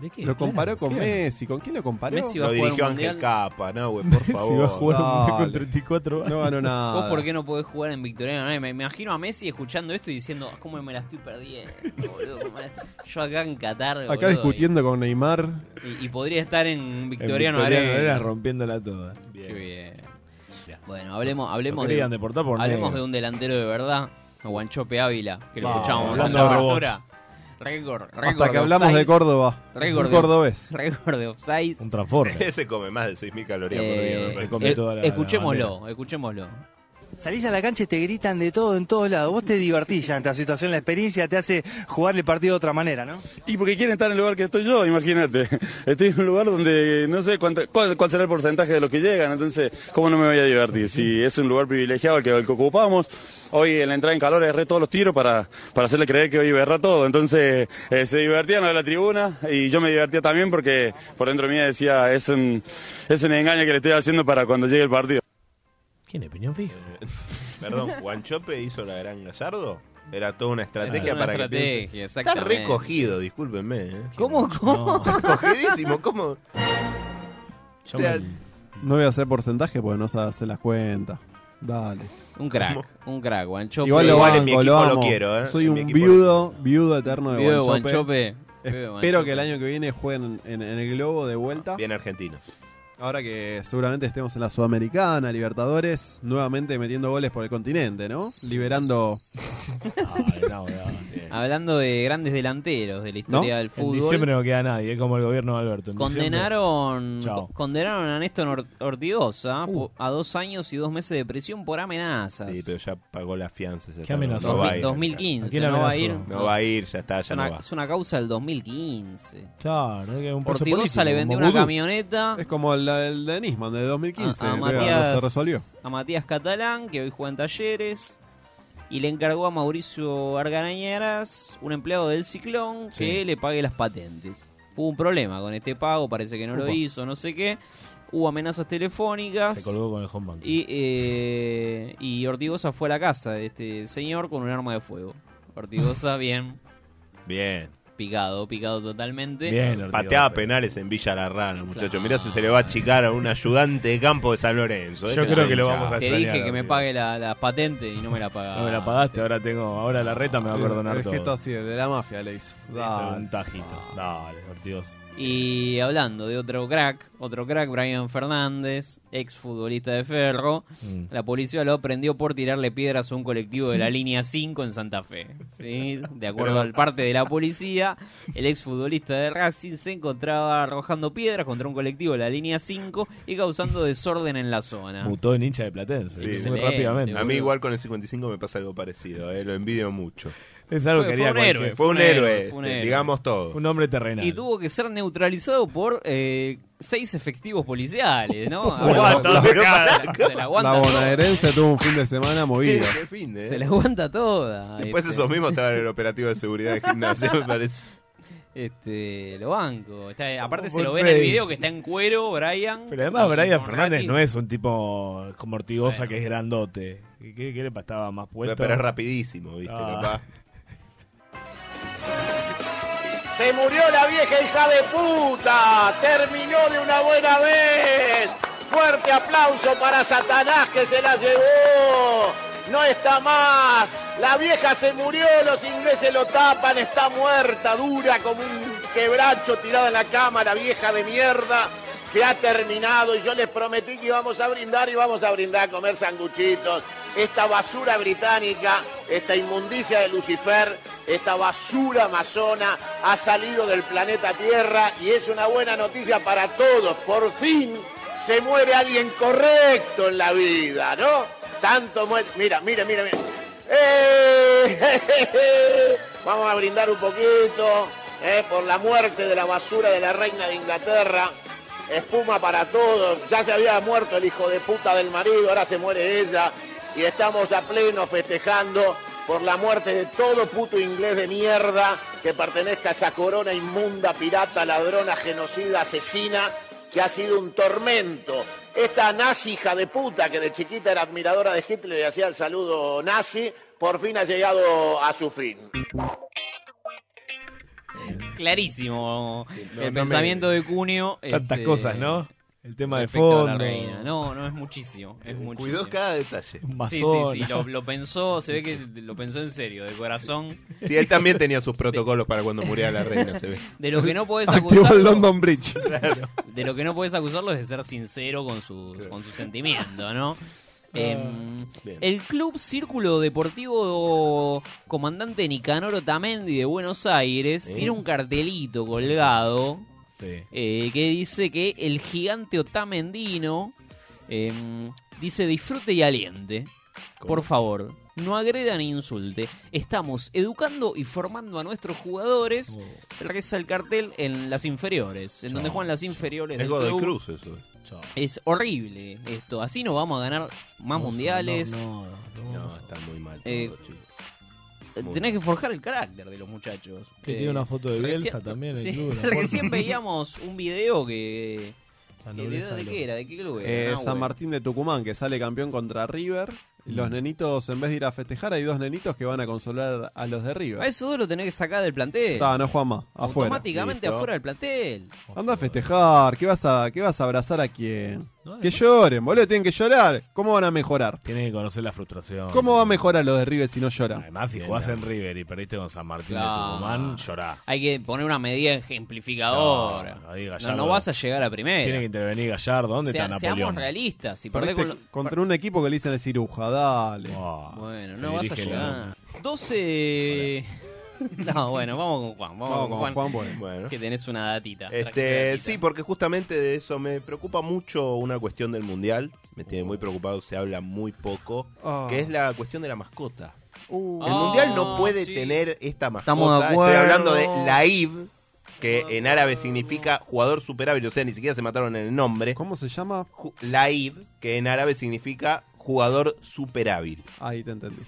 S2: ¿De qué?
S10: Lo comparó
S1: Claro,
S10: con
S1: claro.
S10: Messi. ¿Con quién lo comparó?
S1: Messi va a Lo jugar un dirigió Ángel Mundial.
S3: Capa, no, güey, por
S10: favor.
S2: va a jugar un mundial con
S10: Dale.
S2: 34 años.
S10: No ganó nada.
S1: ¿Vos por qué no podés jugar en Victoriano? No, Me imagino a Messi escuchando esto y diciendo, "Ah, ¿cómo me la estoy perdiendo? boludo? ¿Cómo me la estoy-". Yo acá en Qatar.
S10: Acá
S1: boludo,
S10: discutiendo con Neymar.
S1: Y, y podría estar en
S2: En
S1: Victoriano,
S2: Victoriano
S1: Arena.
S2: Arenas rompiéndola toda.
S1: Qué bien. Bueno, hablemos, hablemos,
S2: Lo
S1: de,
S2: querían deportar por
S1: hablemos
S2: negro.
S1: de un delantero de verdad, Guanchope Ávila, que lo
S2: Vamos,
S1: escuchábamos en
S2: hablando
S1: la
S2: de vos.
S1: apertura. Récord, récord.
S10: Hasta que
S1: de
S10: hablamos de
S1: offsides.
S10: Córdoba.
S1: Récord
S10: Es
S1: de-
S10: cordobés.
S1: Récord de offsides.
S2: Un transforme.
S3: Ese come más de 6.000 calorías por
S1: Eh,
S3: día. me
S1: eh,
S3: parece.
S1: escuchémoslo, escuchémoslo.
S15: Salís a la cancha y te gritan de todo en todos lados. Vos te divertís ya ante la situación, la experiencia te hace jugar el partido de otra manera, ¿no?
S16: Y porque quieren estar en el lugar que estoy yo, imagínate. Estoy en un lugar donde no sé cuánto- cuál, cuál será el porcentaje de los que llegan, entonces, ¿cómo no me voy a divertir? Si es un lugar privilegiado el que, el que ocupamos, hoy en la entrada en calor erré todos los tiros para, para hacerle creer que hoy iba a errar todo. Entonces, eh, se divertían a la tribuna y yo me divertía también porque por dentro mía decía, es un, es un engaño que le estoy haciendo para cuando llegue el partido.
S2: ¿Quién es Piñón Fijo?
S3: Perdón, ¿Guanchope hizo la gran Gallardo? Era toda una estrategia
S1: Era una
S3: para
S1: estrategia,
S3: que piensen. Está
S1: exactamente.
S3: recogido, discúlpenme. ¿eh?
S1: ¿Cómo, cómo?
S3: Cogidísimo, ¿cómo?
S10: Yo No voy a hacer porcentaje porque no se hace las cuentas. Dale.
S1: Un crack, un crack, Guanchope.
S10: Igual lo banco, lo amo. Soy
S1: En mi
S10: un
S1: equipo lo
S10: viudo, viudo eterno de
S1: Viudo de
S10: Guanchope.
S1: Guanchope. Viudo de
S10: Espero
S1: Guanchope.
S10: que el año que viene jueguen en, en el Globo de vuelta.
S3: Bien argentino.
S10: Ahora que seguramente estemos en la Sudamericana, Libertadores, nuevamente metiendo goles por el continente, ¿no? Liberando.
S1: Hablando de grandes delanteros de la historia del
S2: En
S1: fútbol.
S2: diciembre no queda nadie, es como el gobierno de Alberto. en
S1: Condenaron,
S2: diciembre- Chao. Uh.
S1: co- condenaron a Néstor Or- Ortigosa po- a dos años y dos meses de prisión por amenazas.
S3: Sí, pero ya pagó la fianza. ya
S1: ¿Qué
S3: está,
S1: amenazó?
S3: No va a ir.
S1: 2015, ¿A quién no va a amenazó? ir.
S3: No va a ir, ya está,
S1: es,
S3: ya
S1: una,
S3: no va.
S1: es una causa del 2015.
S2: Claro, es que es un
S10: preso
S1: Ortigosa
S10: político,
S1: le
S10: como
S1: vendió una
S10: vudú.
S1: camioneta
S10: Es como la- el de Nisman de 2015.
S1: a, a
S10: creo,
S1: Matías,
S10: no se resolvió.
S1: a Matías Catalán, que hoy juega en Talleres. Y le encargó a Mauricio Arganañeras, un empleado del Ciclón, que le pague las patentes. Hubo un problema con este pago, parece que no lo
S2: Upa.
S1: hizo, no sé qué. Hubo amenazas telefónicas.
S2: Se colgó con el home bank.
S1: Y, eh, y Ortigosa fue a la casa de este señor con un arma de fuego. Ortigosa, bien.
S3: Bien.
S1: Picado, picado totalmente.
S3: Pateaba penales en Villa La Rana, muchacho. Mirá si se le va a achicar a un ayudante de campo de San Lorenzo.
S2: Yo
S3: Este
S2: creo
S3: es
S2: que lo
S3: hincha.
S2: vamos a
S1: Te
S2: extrañar,
S1: dije que me pague la, la patente y no me la pagaba.
S2: No me la pagaste, ahora tengo, ahora la reta me va a perdonar
S10: el
S2: todo.
S10: gesto así, de la mafia le hizo. Dale.
S2: un tajito. Dale, Ortigosa.
S1: Ah. Y hablando de otro crack, otro crack, Brian Fernández, ex futbolista de Ferro,
S2: Mm.
S1: la policía lo prendió por tirarle piedras a un colectivo de la línea 5 en Santa Fe. ¿sí? De acuerdo al parte de la policía, el ex futbolista de Racing se encontraba arrojando piedras contra un colectivo de la línea 5 y causando desorden en la zona.
S2: Mutó en hincha de Platense.
S1: Sí,
S2: muy
S1: excelente,
S2: rápidamente.
S3: A mí igual con el 55 me pasa algo parecido, eh, lo envidio mucho.
S2: Es algo Fue- que haría fue un cualquier- héroe,
S3: Fue un
S2: fue un
S3: héroe,
S2: héroe, fue un
S3: eh,
S2: héroe.
S3: digamos todo.
S2: Un hombre terrenal.
S1: Y tuvo que ser neutralizado por eh, seis efectivos policiales, ¿no?
S10: Bueno,
S1: Aguanta,
S10: la-
S1: se
S10: la-
S1: la- se la aguanta
S10: La
S1: todo.
S10: bonaerense tuvo un fin de semana movido.
S3: Qué fin, eh.
S1: Se la aguanta toda.
S3: Después
S1: este.
S3: esos mismos estaban en el operativo de seguridad de gimnasia, me parece.
S1: Este, lo banco. Está- aparte
S2: Como
S1: se lo ve
S2: fue
S1: en el
S2: Freddy.
S1: video que está en cuero, Brian.
S2: Pero además, Brian
S1: Con
S2: Fernández
S1: Rati.
S2: no es un tipo como Ortigosa que es grandote. ¿Qué, qué, qué le pasaba más puesto?
S3: Pero es rapidísimo, ¿viste?
S2: Ah.
S3: Capaz.
S17: Se murió la vieja hija de puta. Terminó de una buena vez. Fuerte aplauso para Satanás que se la llevó. No está más. La vieja se murió. Los ingleses lo tapan. Está muerta, dura como un quebracho tirada en la cama. La vieja de mierda. Se ha terminado y yo les prometí que íbamos a brindar y vamos a brindar a comer sanguchitos. Esta basura británica, esta inmundicia de Lucifer, esta basura amazona ha salido del planeta Tierra y es una buena noticia para todos. Por fin se muere alguien correcto en la vida, ¿no? Tanto muere. Mira, mira, mira, mira. ¡Eh! Vamos a brindar un poquito eh, por la muerte de la basura de la reina de Inglaterra. Espuma para todos. Ya se había muerto el hijo de puta del marido, ahora se muere ella. Y estamos a pleno festejando por la muerte de todo puto inglés de mierda que pertenezca a esa corona inmunda, pirata, ladrona, genocida, asesina que ha sido un tormento. Esta nazi hija de puta que de chiquita era admiradora de Hitler y hacía el saludo nazi, por fin ha llegado a su fin.
S1: Clarísimo.
S2: no,
S1: el
S2: no
S1: pensamiento
S2: me-
S1: de Cunio.
S2: Tantas
S1: este,
S2: cosas, ¿no? El tema de
S1: respecto a
S2: fondo.
S1: la reina. No, no, es muchísimo. Es muchísimo.
S3: Eh, Cuidó cada detalle.
S1: Sí, sí, sí. Lo, lo pensó, se ve que lo pensó en serio, de corazón.
S3: Sí, él también tenía sus protocolos para cuando muriera la reina, se ve.
S1: De lo que no podés
S10: Activó
S1: acusarlo.
S10: el London Bridge.
S1: De lo que no podés acusarlo es de ser sincero con su, con su sentimiento, ¿no?
S10: Ah,
S1: Em,
S3: bien.
S1: el Club Círculo Deportivo Comandante Nicanor Otamendi de Buenos Aires
S10: ¿Eh?
S2: Sí.
S1: tiene un cartelito colgado
S2: Sí.
S1: eh, que dice que el gigante otamendino em, dice disfrute y aliente. Por favor, no agreda ni insulte. Estamos educando y formando a nuestros
S3: Oh.
S1: jugadores. Reza el cartel en las inferiores, en donde juegan las inferiores.
S3: Es
S1: del
S3: Godoy
S1: club.
S3: Cruz eso.
S1: Es horrible esto. Así no vamos a ganar más mundiales.
S3: No, está muy mal. todo,
S1: Eh,
S3: chico.
S1: Tenés que forjar el carácter de los muchachos.
S2: Que
S1: Eh,
S2: tiene una foto de
S1: recién-
S2: Bielsa también en el
S1: sí,
S2: club, ¿no?
S1: recién veíamos un video que...
S2: La
S1: que
S2: nobleza
S1: ¿De, de
S2: del
S1: qué era? ¿De qué club era?
S10: Eh,
S1: Ah,
S10: San
S1: bueno.
S10: Martín de Tucumán, que sale campeón contra River.
S1: Mm.
S10: Los nenitos, en vez de ir a festejar, hay dos nenitos que van a consolar a los de
S1: A
S10: River.
S1: eso lo tenés que sacar del plantel.
S10: Ah, no juegan más, afuera.
S1: Automáticamente
S10: Listo.
S1: afuera del plantel.
S10: Anda a festejar, ¿qué vas a, qué vas a abrazar a quién? que lloren, boludo, tienen que llorar. ¿Cómo van a mejorar?
S2: Tienen que conocer la frustración.
S10: ¿Cómo va a mejorar los de River si no lloran?
S2: Además, si jugás en River y perdiste con San Martín
S1: Claro.
S2: de Tucumán, llorá.
S1: Hay que poner una medida ejemplificadora.
S2: No,
S1: No,
S2: ahí
S1: no,
S2: Gallardo.
S1: vas a llegar a primera.
S2: Tiene que intervenir Gallardo. ¿Dónde
S1: Sea-
S2: está Napoleón? este
S1: seamos realistas. Si perdés
S10: Perdiste
S1: con lo-
S10: contra un equipo que le dicen el ciruja, dale.
S1: Bueno,
S10: se
S1: no vas a
S10: dirige
S1: llegar. 12. No, bueno, vamos con Juan. Vamos,
S3: Vamos
S1: con
S3: con
S1: Juan,
S3: Juan, pues. Bueno.
S1: que tenés una datita. trajiste
S3: Este,
S1: datita.
S3: sí, porque justamente de eso me preocupa mucho una cuestión del mundial. Me tiene muy preocupado, se habla muy poco.
S10: Ah.
S3: Que es la cuestión de la mascota.
S10: Uh.
S3: El mundial no
S10: Ah,
S3: puede
S10: sí.
S3: tener esta mascota.
S10: Estamos de
S3: Estoy
S10: acuerdo.
S3: hablando de Laib, que
S2: Ah,
S3: en árabe significa jugador superávit. O sea, ni siquiera se mataron en el nombre.
S10: ¿Cómo se llama?
S3: Laib, que en árabe significa jugador superávit.
S10: Ahí te entendí.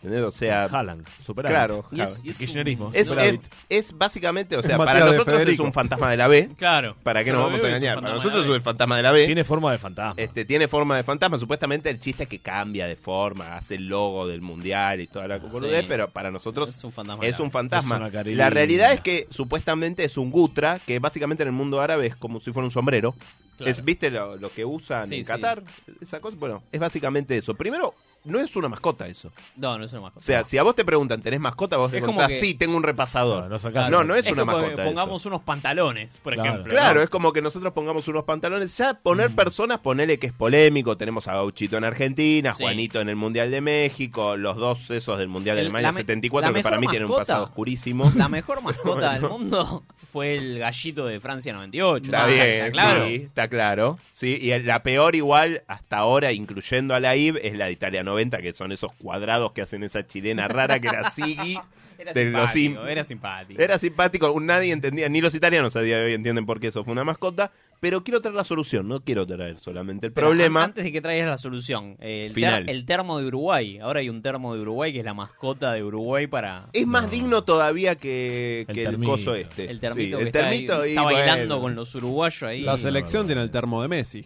S3: ¿Entendés? O sea.
S2: Haaland, superávit.
S3: Claro.
S2: Y es- y es un- Kirchnerismo,
S3: Es,
S2: superávit.
S3: es- es básicamente, o
S2: Es
S3: sea, para
S2: Mateo de
S3: nosotros es
S2: Federico.
S3: un fantasma de la B.
S2: Claro.
S3: ¿Para qué
S2: Yo
S3: nos
S2: lo
S3: vamos a
S2: veo y es un
S3: engañar? Para
S2: fantasma de la
S3: nosotros es
S2: B.
S3: el fantasma de la B.
S2: Tiene forma de fantasma.
S3: Este, tiene forma de fantasma. Supuestamente el chiste es que cambia de forma, hace el logo del mundial y toda la boludez,
S1: Ah, Sí.
S3: pero para nosotros
S1: Es un fantasma.
S3: es un
S1: Es
S3: fantasma.
S1: una carilla.
S3: la realidad es que supuestamente es un gutra, que básicamente en el mundo árabe es como si fuera un sombrero.
S1: Claro.
S3: Es, ¿Viste lo, lo que usan
S1: Sí,
S3: en
S1: sí.
S3: Qatar? Esa cosa, bueno, es básicamente eso. Primero, no es una mascota eso.
S1: No, no es una mascota.
S3: O sea, si a vos te preguntan, ¿tenés mascota? Vos le
S1: Es como
S3: contás,
S1: que-
S3: sí, tengo un repasador.
S1: Claro,
S3: No,
S1: no
S3: no,
S1: sacás-
S3: es, una
S1: como que
S3: mascota. eso.
S1: Pongamos unos pantalones, por
S3: Claro,
S1: ejemplo.
S3: Claro,
S1: ¿no?
S3: es como que nosotros pongamos unos pantalones. Ya poner personas, ponele que es polémico. Tenemos a Gauchito en Argentina,
S1: Sí.
S3: Juanito en el Mundial de México, los dos esos del Mundial de
S1: El-
S3: Alemania
S1: la me-
S3: 74,
S1: la
S3: que para
S1: mejor
S3: mí tienen un
S1: mascota-
S3: pasado oscurísimo.
S1: La mejor mascota del
S3: Bueno.
S1: mundo fue el gallito de Francia 98.
S3: Está
S1: ¿no?
S3: bien,
S1: claro.
S3: sí, está claro. Sí, y la peor igual, hasta ahora, incluyendo a la IB, es la de Italia 90, que son esos cuadrados que hacen esa chilena rara que era Siggy.
S1: Era
S3: de los
S1: simpático,
S3: Sim-
S1: era simpático.
S3: Era simpático, un- nadie entendía, ni los italianos a día de hoy entienden por qué eso fue una mascota, pero quiero traer la solución, no quiero traer solamente el
S1: Pero
S3: problema.
S1: an- Antes de que traigas la solución, el, ter-
S3: Final.
S1: el termo de Uruguay. Ahora hay un termo de Uruguay que es la mascota de Uruguay para.
S3: Es más digno todavía que, que el,
S1: termito.
S3: coso este.
S1: El termito que
S3: Sí, el termito
S1: está, ahí-
S3: y
S1: está bailando
S3: bueno.
S1: con los uruguayos ahí.
S10: La selección tiene el termo de Messi.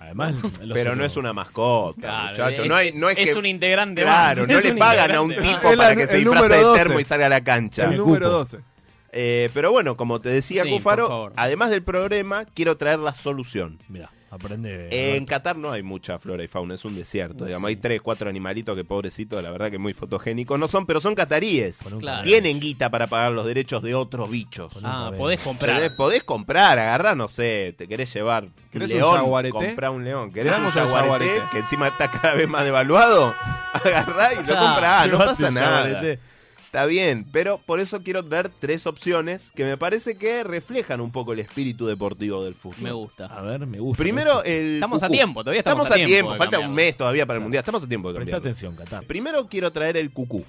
S2: Además,
S3: Pero no es una mascota,
S1: Claro,
S3: muchacho.
S1: es-
S3: No hay, no es,
S1: es
S3: que-
S1: un integrante
S3: Claro,
S1: más,
S3: no
S1: es
S3: le
S1: un
S3: pagan a un
S1: integrante más.
S3: tipo
S1: Es la-
S3: para que se
S1: el
S3: disfrace
S1: número
S3: de
S1: 12.
S3: termo y salga a la cancha.
S10: El número 12.
S3: Eh, pero bueno, como te decía
S2: Sí, por
S3: Cufaro,
S2: favor.
S3: además del problema, quiero traer la solución.
S2: Mira, aprende.
S3: Eh, en Qatar no hay mucha flora y fauna, es un desierto.
S2: Sí.
S3: Digamos, hay tres, cuatro animalitos que pobrecitos, la verdad que muy fotogénicos no son, pero son cataríes.
S1: un Claro. cabello.
S3: Tienen guita para pagar los derechos de otros bichos.
S1: Ah, podés comprar.
S3: Podés, podés comprar, agarrar, no sé, te querés llevar
S10: ¿Querés un
S3: león,
S10: jaguarete?
S3: comprá un león. ¿Querés un
S10: Vamos al
S3: jaguarete,
S10: jaguarete.
S3: que encima está cada vez más devaluado? Agarrá y lo
S10: Claro.
S3: comprá, Ah, no
S10: Llevate
S3: pasa
S10: un
S3: nada.
S10: jaguarete.
S3: Está bien, pero por eso quiero traer tres opciones que me parece que reflejan un poco el espíritu deportivo del fútbol.
S1: Me gusta.
S2: A ver, me gusta.
S3: Primero el
S1: Estamos a
S3: cucú.
S1: tiempo, todavía estamos a
S3: a tiempo.
S1: tiempo de
S3: falta un
S1: cambiarlo.
S3: mes todavía para el mundial. Estamos a tiempo de
S2: Presta
S3: cambiarlo.
S2: atención, Qatar.
S3: Primero quiero traer el cucú.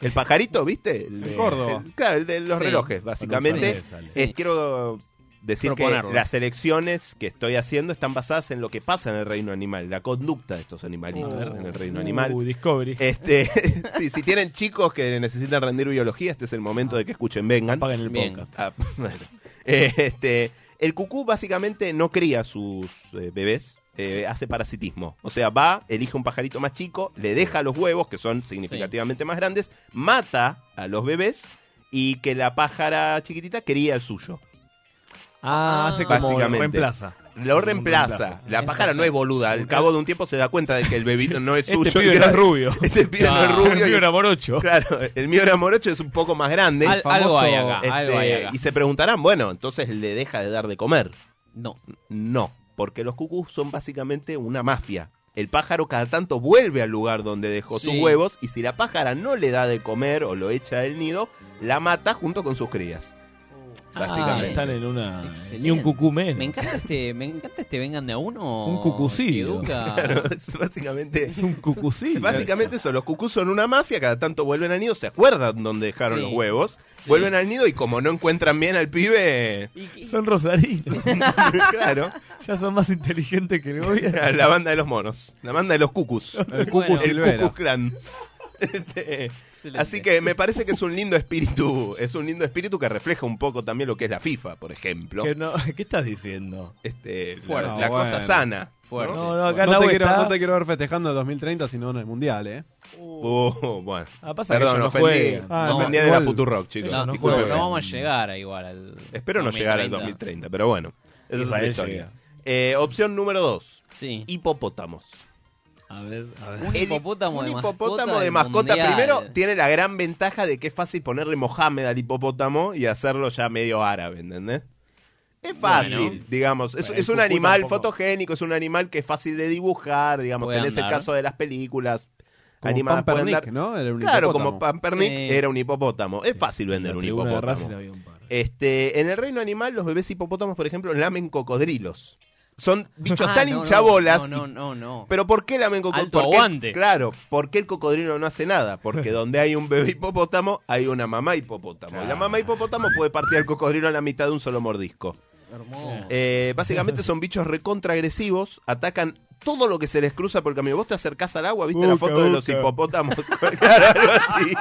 S3: El pajarito, ¿viste? El,
S2: Sí. Córdoba.
S3: el- claro, el de los
S2: Sí.
S3: relojes,
S2: Con
S3: básicamente.
S2: un sal-
S3: Es- quiero decir
S2: Proponerlo.
S3: que las elecciones que estoy haciendo están basadas en lo que pasa en el reino animal, la conducta de estos animalitos
S2: Oh.
S3: en el reino animal.
S2: Uh, Discovery.
S3: Este, sí, si tienen chicos que necesitan rendir biología, este es el momento de que escuchen, vengan. Paguen el
S2: Ah. podcast.
S3: este, el cucú básicamente no cría sus eh, bebés. eh, hace parasitismo. O sea, va, elige un pajarito más chico, le deja los huevos, que son significativamente más grandes, mata a los bebés y que la pájara chiquitita cría el suyo.
S2: Ah, hace como
S3: Básicamente.
S2: reemplaza.
S3: Lo reemplaza. La pájara no es boluda. Al cabo de un tiempo se da cuenta de que el bebito no es
S2: Este
S3: suyo.
S2: pibe
S3: y que
S2: no es
S3: la-
S2: rubio.
S3: Este pibe no es
S2: Claro.
S3: rubio.
S2: El mío
S3: y es-
S2: era morocho.
S3: Claro, el mío era morocho, es un poco más grande. este,
S1: Al- algo hay acá, algo hay acá.
S3: Y se preguntarán, bueno, entonces le deja de dar de comer.
S1: No.
S3: No, porque los cucús son básicamente una mafia. El pájaro cada tanto vuelve al lugar donde dejó sus
S1: Sí.
S3: huevos y si la pájara no le da de comer o lo echa del nido, la mata junto con sus crías.
S2: Básicamente.
S3: Básicamente.
S2: Están en una. Ni un
S1: Ah, eh, Excelente.
S2: cucú menos.
S1: Me encanta este, me encanta este vengan de a uno.
S2: Un cucucido.
S1: que educa.
S3: Claro, es básicamente. Es
S2: un cucucí.
S3: Básicamente eso, los cucús son una mafia, cada tanto vuelven al nido, se acuerdan dónde dejaron
S1: Sí.
S3: los huevos, vuelven al nido y como no encuentran bien al pibe,
S2: Son rosarinos.
S3: claro.
S2: Ya son más inteligentes que el gobierno.
S3: la banda de los monos, la banda de los cucus.
S2: El Cucu
S3: el
S2: Silvera.
S3: Cucus clan. Este, así que me parece que es un lindo espíritu, es un lindo espíritu que refleja un poco también lo que es la FIFA, por ejemplo.
S2: Que no- ¿Qué estás diciendo?
S3: Este, la-
S2: Fuerte.
S3: la
S2: No,
S3: cosa
S2: bueno.
S3: sana.
S1: Fuerte.
S2: No, no, acá
S10: no,
S2: Nahu
S10: te quiero,
S2: está-
S10: no te quiero ver festejando el 2030, sino en el Mundial, ¿eh?
S3: Uh, bueno.
S2: Ah,
S10: pasa que
S3: Perdón,
S10: ellos no
S3: ofendí.
S10: juegan. Ah,
S3: me ofendí
S10: no,
S3: de la
S10: igual.
S3: Futurock, chicos.
S1: No, no,
S3: Disculpen.
S1: no vamos a llegar a igual al
S3: Espero no llegar al 2030, pero bueno. Esa es otra historia. Eh, opción número 2.
S1: Sí.
S3: Hipopótamos.
S1: A ver, a ver.
S3: Un
S1: Un hipopótamo,
S3: Un
S1: de
S3: hipopótamo
S1: mascota
S3: de
S1: del
S3: mascota
S1: mundial.
S3: primero tiene la gran ventaja de que es fácil ponerle Mohamed al hipopótamo y hacerlo ya medio árabe, ¿entendés? Es fácil,
S7: Bueno.
S3: digamos. Es,
S7: Bueno, el
S3: es un
S7: cucú
S3: animal
S7: tampoco.
S3: fotogénico, es un animal que es fácil de dibujar, digamos.
S7: Puede
S3: Tenés el
S7: andar.
S3: caso de las películas
S10: Como
S3: animadas por
S10: Pampernick,
S3: andar.
S10: ¿no? Era un
S3: claro,
S10: hipopótamo.
S3: como Pampernick
S10: Sí.
S3: era un hipopótamo. Es fácil vender un
S2: tribuna de Racing
S3: hipopótamo.
S2: había un
S3: Este, en el reino animal, los bebés hipopótamos, por ejemplo, lamen cocodrilos. Son bichos
S1: Ah,
S3: tan
S1: no, no,
S3: hinchabolas
S1: No,
S3: y
S1: no, no, no.
S3: pero ¿por qué la mengo
S1: Alto
S3: por qué-
S1: aguante.
S3: Claro, ¿por qué el cocodrilo no hace nada? Porque donde hay un bebé hipopótamo, hay una mamá hipopótamo. Y la mamá hipopótamo puede partir al cocodrilo a la mitad de un solo mordisco.
S1: Hermoso.
S3: Eh, básicamente son bichos recontraagresivos, atacan todo lo que se les cruza por el camino. Vos te acercás al agua, viste la
S2: Uca,
S3: foto de los
S2: uca.
S3: hipopótamos. Claro, algo así.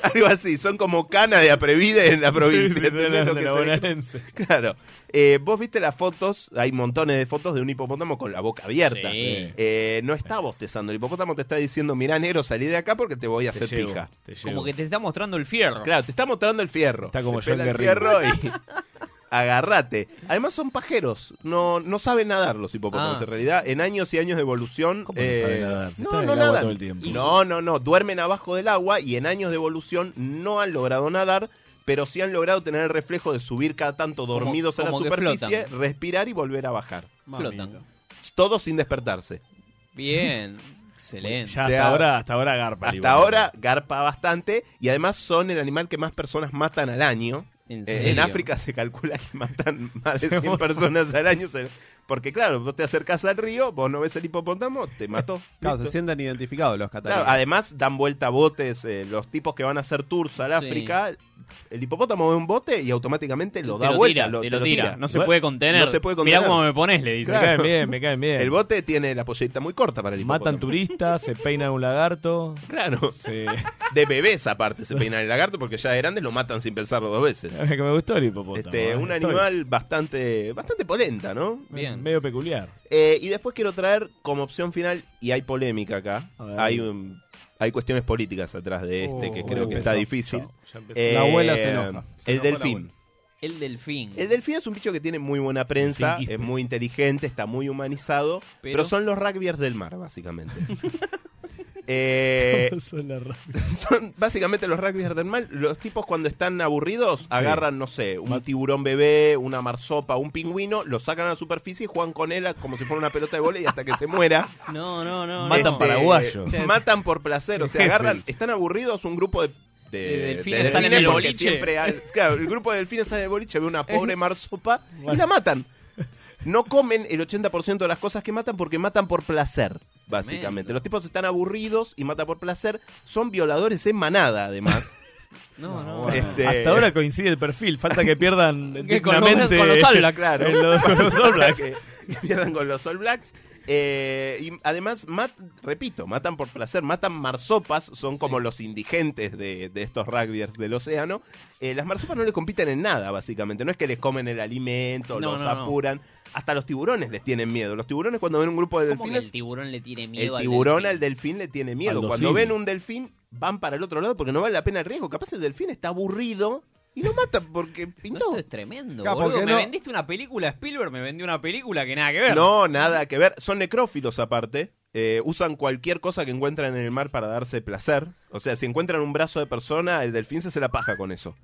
S3: Algo así, son como canas de aprevide en la
S2: Sí,
S3: provincia.
S2: sí, de
S3: ¿entendés
S2: la-
S3: lo
S2: de
S3: que
S2: la
S3: se le-
S2: bonaerense.
S3: Claro. Eh, Vos viste las fotos, hay montones de fotos de un hipopótamo con la boca abierta.
S2: Sí.
S3: Eh, no está bostezando, el hipopótamo te está diciendo, mirá negro, salí de acá porque te voy a
S2: Te
S3: hacer
S2: llevo,
S3: pija.
S2: te
S1: Como que te está mostrando el fierro.
S3: Claro, te está mostrando el fierro. Está
S2: como
S3: yo
S2: John
S3: el fierro
S2: Guerrero.
S3: y agarrate. Además son pajeros, no, no saben nadar los hipopótamos
S2: Ah.
S3: en realidad. En años y años de evolución... eh,
S2: no saben nadar? Si están en el agua
S3: nadan.
S2: todo el tiempo.
S3: No, no, no, duermen abajo del agua y en años de evolución no han logrado nadar, pero sí han logrado tener el reflejo de subir cada tanto dormidos a
S1: como
S3: la
S1: que
S3: superficie,
S1: flotan.
S3: respirar y volver a bajar.
S1: Flotan.
S3: Todo sin despertarse.
S1: Bien. Excelente.
S3: O sea,
S2: ahora garpa.
S3: Hasta
S2: igual.
S3: ahora garpa bastante y además son el animal que más personas matan al año.
S1: ¿En
S3: Eh,
S1: serio?
S3: África se calcula que matan más de 100
S2: Seguro.
S3: personas al año. Se- Porque claro, vos te acercás al río, vos no ves el hipopótamo, te mató.
S10: Claro, se
S3: Listo.
S10: sientan identificados los
S3: Claro,
S10: catalanes.
S3: además dan vuelta a botes eh, los tipos que van a hacer tours al
S1: Sí.
S3: África. El hipopótamo ve un bote y automáticamente lo
S1: Te
S3: da
S1: lo
S3: vuelta.
S1: tira, te lo tira. No se
S3: Bueno,
S1: puede contener.
S3: No se puede
S1: Mirá
S3: contener.
S1: cómo me pones, le dice.
S2: Me caen bien, me caen bien.
S3: El bote tiene la pollerita muy corta para el hipopótamo.
S2: Matan turistas, se peina un lagarto.
S3: Claro. De bebés aparte se peinan el lagarto porque ya de grandes lo matan sin pensarlo dos veces.
S2: Es Eh, que me gustó el hipopótamo.
S3: Este,
S2: ¿eh?
S3: un
S2: Estoy
S3: animal bastante bastante polenta, ¿no?
S2: Medio peculiar.
S3: Eh, y después quiero traer como opción final, y hay polémica acá,
S2: ver.
S3: hay un- hay cuestiones políticas atrás de este
S2: Oh,
S3: que
S2: ya
S3: creo que
S2: empezó.
S3: está difícil.
S2: Chao, ya empezó.
S3: Eh,
S2: La abuela se enoja. Se
S3: el
S2: enojó la
S3: delfín.
S1: El delfín.
S3: El delfín es un bicho que tiene muy buena prensa,
S1: Delfín quispe.
S3: es muy inteligente, está muy humanizado, pero,
S1: Pero-
S3: son los rugbyers del mar, básicamente. Eh,
S2: Son la ra-
S3: son básicamente los rugbyers del mar. Los tipos cuando están aburridos agarran, no sé, un tiburón bebé, una marsopa, un pingüino, lo sacan a la superficie y juegan con él a- como si fuera una pelota de bola y hasta que se muera.
S1: No, no, no.
S3: Este,
S1: no.
S3: Matan por placer. O sea,
S1: Es
S3: agarran,
S1: el-
S3: están aburridos un grupo de... De,
S1: De delfines salen
S3: delfines
S1: del
S3: porque
S1: boliche.
S3: siempre hay- claro, el grupo de delfines sale del boliche, ve una pobre marsopa y la matan. No comen el 80% de las cosas que matan porque matan por placer, básicamente.
S1: Tremendo.
S3: Los tipos están aburridos y matan por placer. Son violadores en manada, además.
S1: No, no.
S3: Este-
S2: Hasta ahora coincide el perfil. Falta que pierdan
S1: Que con los-
S2: dignamente.
S1: con los All Blacks.
S3: Claro.
S2: en los- con los All Blacks.
S3: que, que pierdan con los All Blacks. Eh, y además, mat- repito, matan por placer, matan marsopas, son como los indigentes de, de estos rugbyers del océano. Eh, las marsopas no les compiten en nada, básicamente. No es que les comen el alimento,
S1: No,
S3: los
S1: no, no.
S3: apuran. Hasta los tiburones les tienen miedo. Los tiburones cuando ven un grupo de
S1: ¿Cómo que
S3: delfines,
S1: el tiburón le tiene
S3: el
S1: miedo al
S3: tiburón al delfín le tiene miedo.
S2: Al
S3: Cuando
S2: docil.
S3: ven un delfín, van para el otro lado porque no vale la pena el riesgo. Capaz el delfín está aburrido y lo mata porque pintó.
S1: Esto es tremendo,
S3: Capo,
S1: boludo.
S3: ¿qué
S1: Me
S3: no?
S1: vendiste una película, Spielberg me vendió una película que nada que ver.
S3: No, nada que ver. Son necrófilos aparte. Eh, usan cualquier cosa que encuentran en el mar para darse placer. O sea, si encuentran un brazo de persona, el delfín se hace la paja con eso.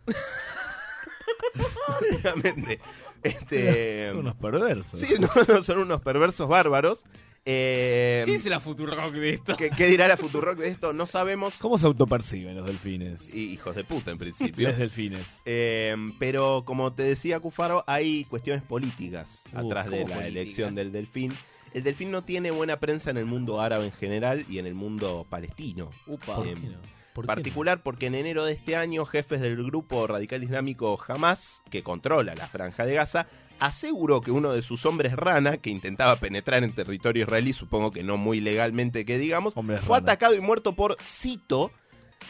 S3: Obviamente. Este,
S2: Son unos perversos.
S3: Sí, no, no, son unos perversos bárbaros. Eh,
S1: ¿Qué dice la Futurock de esto?
S3: ¿qué, qué dirá la Futurock de esto? No sabemos.
S2: ¿Cómo se autoperciben los delfines?
S3: Hijos de puta, en principio.
S2: Los delfines.
S3: Eh, pero como te decía Cufaro, hay cuestiones políticas
S2: Uf,
S3: atrás de la
S2: ¿cómo políticas?
S3: elección del delfín. El delfín no tiene buena prensa en el mundo árabe en general y en el mundo palestino.
S1: Upa.
S2: ¿Por
S3: Em,
S2: qué no? ¿Por qué
S3: particular porque en enero de este año jefes del grupo radical islámico Hamas, que controla la franja de Gaza, aseguró que uno de sus hombres rana, que intentaba penetrar en territorio israelí, supongo que no muy legalmente que digamos, fue
S2: rana.
S3: atacado y muerto por, cito,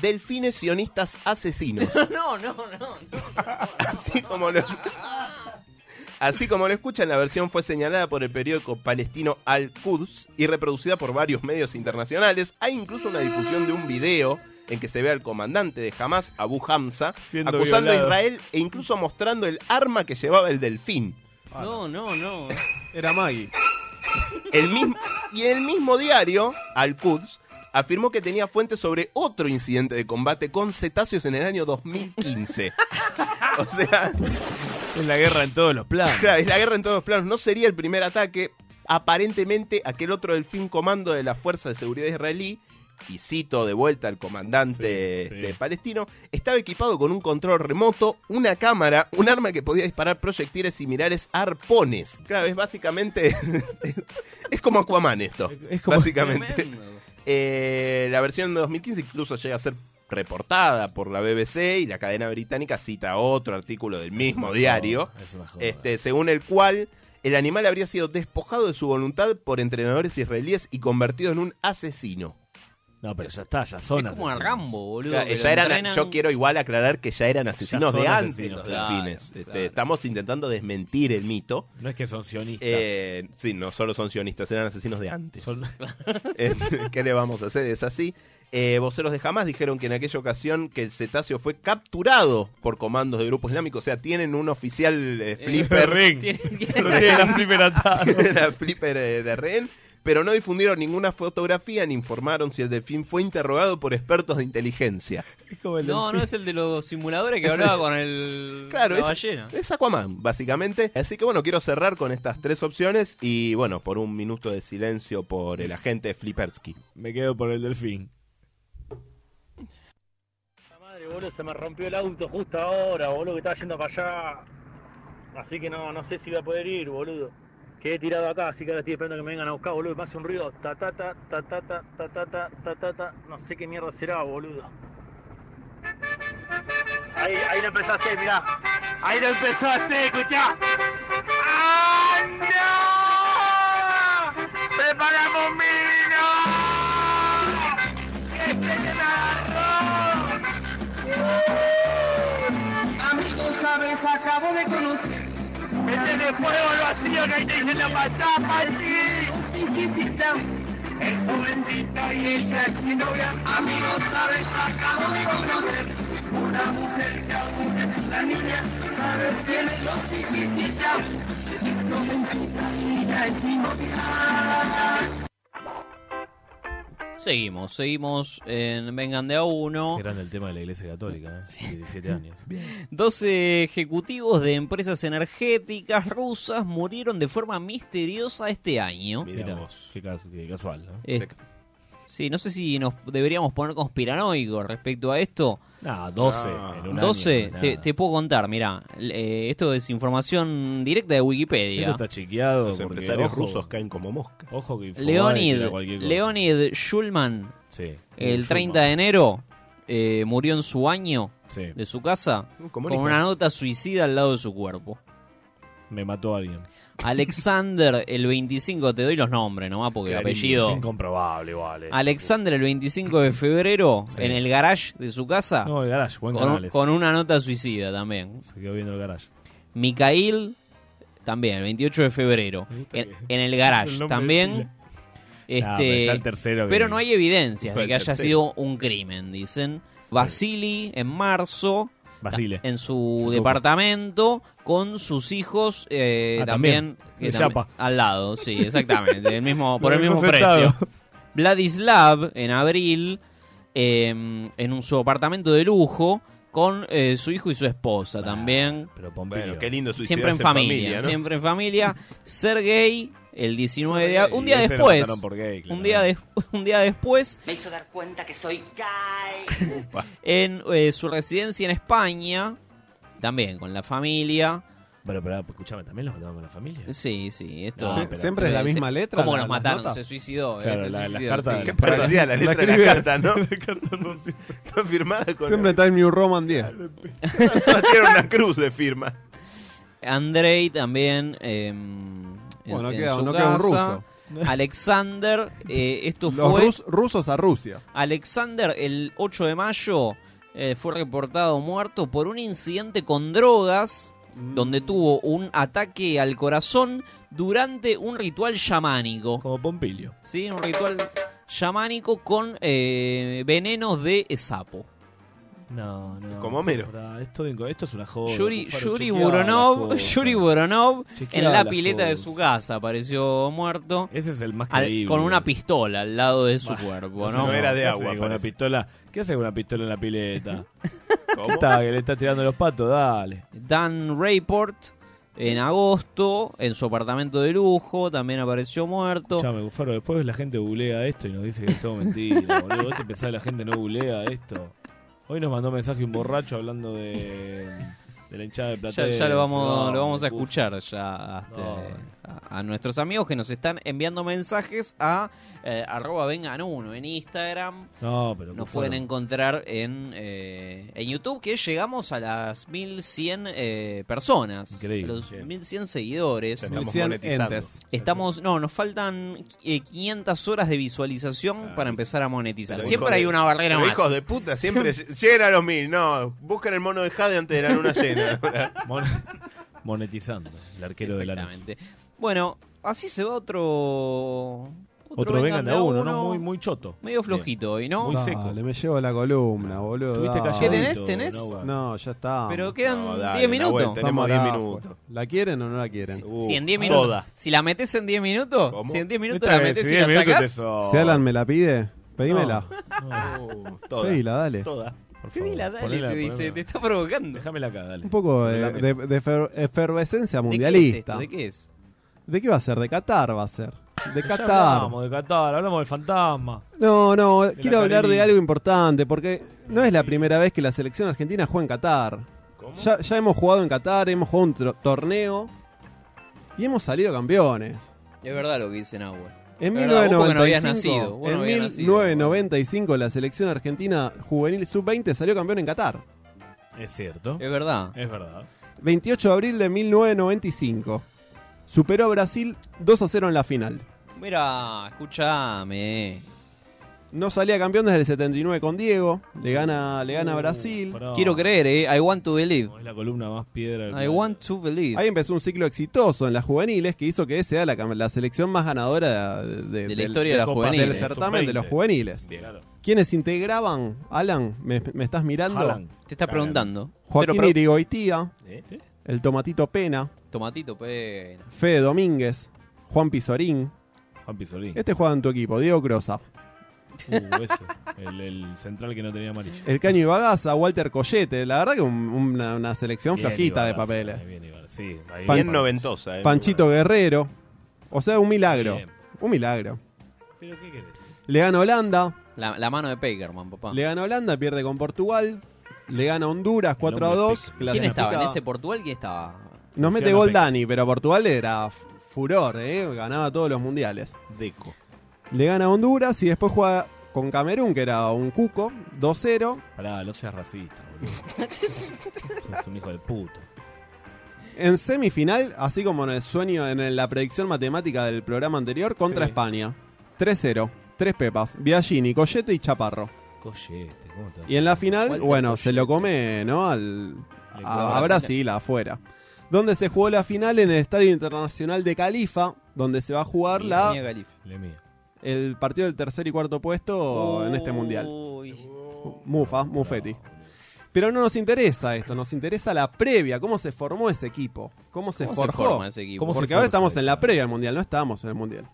S3: delfines sionistas asesinos.
S1: No, no, no.
S3: Así como lo... Así como lo escuchan, la versión fue señalada por el periódico palestino Al-Quds y reproducida por varios medios internacionales. Hay incluso una difusión de un video en que se ve al comandante de Hamas, Abu Hamza,
S2: Siendo
S3: acusando
S2: violado.
S3: a Israel e incluso mostrando el arma que llevaba el delfín.
S1: No, no, no.
S3: Era Maggie. El mismo, y el mismo diario, Al-Quds, afirmó que tenía fuentes sobre otro incidente de combate con cetáceos en el año 2015. o sea,
S2: Es la guerra en todos los planos.
S3: Claro, es la guerra en todos los planos. No sería el primer ataque. Aparentemente, aquel otro delfín comando de la Fuerza de Seguridad Israelí, y cito de vuelta al comandante este, palestino, estaba equipado con un control remoto, una cámara, un arma que podía disparar proyectiles similares a arpones. Claro, es básicamente. es como Aquaman esto.
S2: Es como-
S3: Básicamente. Eh, la versión de 2015 incluso llega a ser reportada por la BBC y la cadena británica cita otro artículo del mismo
S2: una
S3: diario,
S2: joda, es una joda.
S3: este, según el cual el animal habría sido despojado de su voluntad por entrenadores israelíes y convertido en un asesino.
S2: No, pero ya está, ya son
S1: Como a
S2: asesinos.
S1: Rambo, boludo.
S3: Claro,
S1: que
S3: ya
S1: lo
S3: eran-
S1: entrenan.
S3: yo quiero igual aclarar que ya eran asesinos
S2: son
S3: de antes
S2: asesinos,
S3: los
S2: claro,
S3: delfines. Este, Estamos intentando desmentir el mito.
S2: No es que son sionistas.
S3: Eh, sí, no solo son sionistas, eran asesinos de antes. Eh, ¿Qué le vamos a hacer? Es así. Eh, voceros de Hamas dijeron que en aquella ocasión que el cetáceo fue capturado por comandos de grupo islámico. O sea, tienen un oficial eh, flipper.
S2: ring. Lo tiene la flipper atada.
S3: La flipper, eh, de rehén. Pero no difundieron ninguna fotografía ni informaron si el delfín fue interrogado por expertos de inteligencia.
S1: No, no es el de los simuladores que
S3: Es
S1: hablaba
S3: el-
S1: con el.
S3: Claro,
S1: la
S3: es,
S1: ballena.
S3: es Aquaman, básicamente. Así que bueno, quiero cerrar con estas tres opciones y bueno, por un minuto de silencio por el agente Flippersky.
S2: Me quedo por el delfín.
S18: Madre, boludo, se me rompió el auto justo ahora, boludo, que estaba yendo para allá. Así que no, no sé si voy a poder ir, boludo. Quedé tirado acá, así que ahora estoy esperando que me vengan a buscar, boludo. Me hace un ruido. Ta ta ta ta ta ta ta ta ta ta ta ta. No sé qué mierda será, boludo. Ahí, ahí lo empezó a hacer, mirá. Ahí lo empezó a hacer, escuchá.
S17: ¡Ah, no! ¡Preparamos mi vino! ¡Este que me agarró! Amigos, sabes, acabo de conocer. Métele fuego al vacío que ahí te dicen la pasada, Pachi. Exquisita. Es jovencita y ella es mi novia. Amigos, sabes, acabo de conocer. Una mujer que aún es una niña. Sabes, tiene los piquititas. Es jovencita y ella es mi novia.
S1: Seguimos, seguimos en Vengan de a uno.
S2: Grande el tema de la iglesia católica, ¿eh? 17 años.
S1: 12 ejecutivos de empresas energéticas rusas murieron de forma misteriosa este año.
S2: Mira, qué, casu- qué casual, ¿no? Este
S1: Eh, sí, no sé si nos deberíamos poner conspiranoicos respecto a esto.
S2: No, 12
S3: Ah.
S2: en un año,
S1: 12,
S2: no es
S1: te,
S2: nada.
S1: te puedo contar, mira, esto es información directa de Wikipedia.
S2: Esto está chequeado.
S3: Los
S2: porque,
S3: empresarios
S2: ojo,
S3: rusos caen como moscas.
S2: Ojo que Infobae tira
S1: Leonid,
S2: cualquier cosa.
S1: Leonid Shulman, el
S2: Shulman.
S1: 30 de enero, eh, murió en su baño de su casa con
S2: hija.
S1: una nota suicida al lado de su cuerpo.
S2: Me mató a alguien.
S1: Alexander, el 25, te doy los nombres nomás porque el apellido.
S2: Es incomprobable, eh. vale.
S1: Alexander el 25 de febrero en el garage de su casa.
S2: No, el garage, buen
S1: Ah. con,
S2: canal ese.
S1: con una nota suicida también.
S2: Se quedó viendo el garage.
S1: Micail también el 28 de febrero en, en el garage
S2: El nombre
S1: también. Este,
S2: Ah, pero ya el tercero que-
S1: pero no hay evidencias de
S2: El
S1: que haya
S2: tercero.
S1: sido un crimen, dicen. Vasily en marzo
S2: Basile.
S1: en su departamento con sus hijos eh,
S2: Ah,
S1: también,
S2: también.
S1: que
S2: De
S1: tam-
S2: chapa.
S1: al lado, sí, exactamente, el mismo, por
S2: Lo
S1: el mismo
S2: mismo
S1: precio.
S2: sentado.
S1: Vladislav en abril eh, en un, su apartamento de lujo con eh, su hijo y su esposa también.
S3: Bueno, qué lindo suicidarse
S1: Siempre en familia, siempre en familia. Sergey el 19 de
S2: Sergey,
S1: un día
S2: ese lo
S1: después.
S2: mataron por gay,
S1: un día des- un día después
S19: Me hizo dar cuenta que soy
S1: en eh, su residencia en España, también con la familia.
S2: Bueno, pero escúchame, también los mataron con la familia.
S1: Sí, sí, esto.
S2: No, Sie- pero- siempre
S10: es la misma letra,
S1: ¿Cómo
S10: la-
S1: los
S10: las
S1: mataron?
S10: notas?
S1: Se suicidó. eh,
S2: Claro,
S1: se
S2: la- las
S1: suicidó,
S2: cartas-
S1: sí.
S2: Qué
S3: Parecía la letra de las
S10: escribe-
S3: cartas, ¿no?
S10: las
S3: Está firmada con
S10: Siempre Time New Roman 10.
S3: Tiene una cruz de firma.
S1: Andrei también. eh, en-
S10: Bueno,
S1: en
S10: queda-
S1: su
S10: no queda un
S1: casa.
S10: ruso.
S1: Alexander, eh, esto
S10: Los
S1: fue.
S10: rus- rusos a Rusia.
S1: Alexander, el 8 de mayo, eh, fue reportado muerto por un incidente con drogas
S10: Mm.
S1: donde tuvo un ataque al corazón durante un ritual chamánico.
S2: Como Pompilio.
S1: Sí, un ritual chamánico con eh, venenos de sapo.
S2: No, no.
S1: Como Homero.
S2: verdad, Esto, esto es una joda.
S1: Yuri,
S2: Cufaro,
S1: Yuri
S2: chequeá las
S1: Buronov,
S2: cosas.
S1: Yuri Buronov
S2: Chequeá
S1: en la
S2: las
S1: pileta de su
S2: cosas.
S1: casa apareció muerto.
S2: Ese es el más
S1: al-
S2: creíble.
S1: Con una pistola al lado de su cuerpo, ¿no?
S2: ¿qué hace Con una pistola. ¿Qué hace con una pistola en la pileta? ¿Qué está? Que le está tirando los patos, dale.
S1: Dan Rayport en agosto en su apartamento de lujo también apareció muerto.
S2: Chame, Bufaro, después la gente bulea esto y nos dice que es todo mentira, boludo. Vos te pensás que la gente no bulea esto. Hoy nos mandó un mensaje un borracho hablando de, de la hinchada de
S1: Ya,
S2: plata.
S1: ya lo vamos, lo vamos a escuchar ya este, a, a nuestros amigos que nos están enviando mensajes a eh, arroba vengan uno en Instagram.
S2: No, pero
S1: Nos
S2: Bufaro.
S1: pueden encontrar en, eh, en YouTube, que llegamos a las 1100 eh, personas.
S2: Increíble.
S1: A los 1100 seguidores.
S2: Ya estamos 1100 monetizando. entes.
S1: Estamos, no, nos faltan eh, 500 horas de visualización para empezar a monetizar.
S3: Pero
S1: Siempre
S3: hijos
S1: hay
S3: de-
S1: una barrera
S3: pero
S1: más.
S3: Hijos de puta, siempre llegan a los mil. No, buscan el mono de Jade antes de la luna llena.
S2: Monetizando, el arquero de la
S1: Exactamente. Bueno, así se va otro.
S2: Otro vengan de a uno, ¿no? Muy, muy choto.
S1: Medio flojito hoy, ¿no?
S2: Muy seco.
S10: Dale, me llevo la columna, boludo.
S1: Tuviste
S10: dale.
S1: calladito, ¿Qué tenés? ¿Tenés? Nahuel.
S10: Ah, No, ya está.
S1: Pero quedan No, dale, 10 minutos. Nahuel, tenemos
S10: Estamos
S1: 10
S10: abajo.
S1: minutos.
S10: ¿La quieren o no la quieren?
S1: Si en 10 minutos. Si la metes en 10 minutos. Si en 10 minutos la metes y la sacas.
S10: Si Alan me la pide, pedímela.
S1: toda,
S10: Pedila, dale.
S3: Toda.
S1: Pedila, dale,
S2: ponela,
S1: te dice.
S2: ponela.
S1: Te está provocando.
S2: Déjamela acá, dale.
S10: Un poco de,
S2: Sobre la
S10: de- de efer- efervescencia
S1: ¿De qué es
S10: mundialista.
S1: esto? ¿De qué es?
S10: ¿De qué va a ser? De Qatar va a ser. De
S2: Ya
S10: Qatar.
S2: Hablamos de Qatar, hablamos del fantasma.
S10: No, no,
S2: De la
S10: quiero hablar de
S2: Caribe.
S10: algo importante, porque no es la primera vez que la selección argentina juega en Qatar. Ya, ya hemos jugado en Qatar, hemos jugado un tro- torneo y hemos salido campeones.
S1: Es verdad lo que dice Nahuel.
S10: En
S1: Es verdad, vos porque no habías
S10: 1995,
S1: nacido. vos no
S10: en
S1: habías nacido.
S10: 1995 la selección argentina juvenil sub-20 salió campeón en Qatar.
S2: Es cierto.
S1: Es verdad.
S2: Es verdad.
S10: 28 de abril de 1995. Superó a Brasil 2 a 0 en la final.
S1: Mira, escúchame.
S10: No salía campeón desde el 79 con Diego. Le gana, le
S1: Uh,
S10: gana a Brasil.
S1: Quiero creer, eh. Mm. I want to believe.
S2: Es la columna más piedra del
S1: I want to believe.
S10: Ahí empezó un ciclo exitoso en las juveniles que hizo que sea la, cam- la selección más ganadora de,
S1: De la historia de las
S10: Copa-
S1: juveniles.
S10: Del certamen de los
S1: Sub-20.
S10: juveniles.
S1: Bien. Claro.
S10: ¿Quiénes integraban? Alan, ¿me, me estás mirando?
S1: Alan. Te está preguntando.
S10: Joaquín
S1: Pero pre-
S10: Irigoitía,
S1: ¿Eh?
S10: el Tomatito Pena,
S1: Tomatito, pe.
S10: Fede Domínguez, Juan Pizorín.
S2: Juan Pizorín.
S10: Este juega en tu equipo, Diego Crosa.
S2: Uh, ese. El, el central que no tenía amarillo.
S10: El Caño Ibagaza, Walter Collete. La verdad que un- una, una selección
S2: Bien,
S10: flojita de
S2: Ibarra,
S10: papeles.
S2: sí, bien, eh, Ibarra, sí, ahí
S10: Pan-
S2: Ibarra.
S10: Panchito Guerrero. O sea, un milagro.
S1: Bien.
S10: Un milagro.
S2: ¿Pero qué querés?
S10: Le gana Holanda.
S1: La, la mano de Peckerman, papá.
S10: Le gana Holanda, pierde con Portugal. Le gana Honduras 4 a 2.
S1: ¿Quién
S10: clasifica-
S1: estaba? ¿En ese Portugal quién estaba?
S10: Nos mete
S1: Luciano
S10: gol
S1: Peck.
S10: Dani, pero Portugal era f- furor, ¿eh? ganaba todos los mundiales.
S3: Deco.
S10: Le gana a Honduras y después juega con Camerún, que era un cuco, 2-0.
S2: Pará, no seas racista, boludo. es un hijo de puta.
S10: En semifinal, así como en el sueño, en la predicción matemática del programa anterior, contra
S2: Sí.
S10: España. 3-0, tres pepas, Biagini, Collete y Chaparro.
S2: Collete, ¿cómo te vas
S10: Y en la final, bueno, se lo come, ¿no? Al, a, a Brasil, afuera. Donde se jugó la final en el Estadio Internacional de Califa, donde se va a jugar la,
S2: Le mía.
S10: el partido del tercer y cuarto puesto en este mundial. Mufa, Mufetti. Pero no nos interesa esto, nos interesa la previa, cómo se formó ese equipo, cómo se
S1: ¿Cómo se
S10: forjó.
S1: forma ese equipo? ¿Cómo se
S10: Porque ahora
S1: forja
S10: estamos
S1: esa?
S10: en la previa al mundial, no estábamos en el mundial.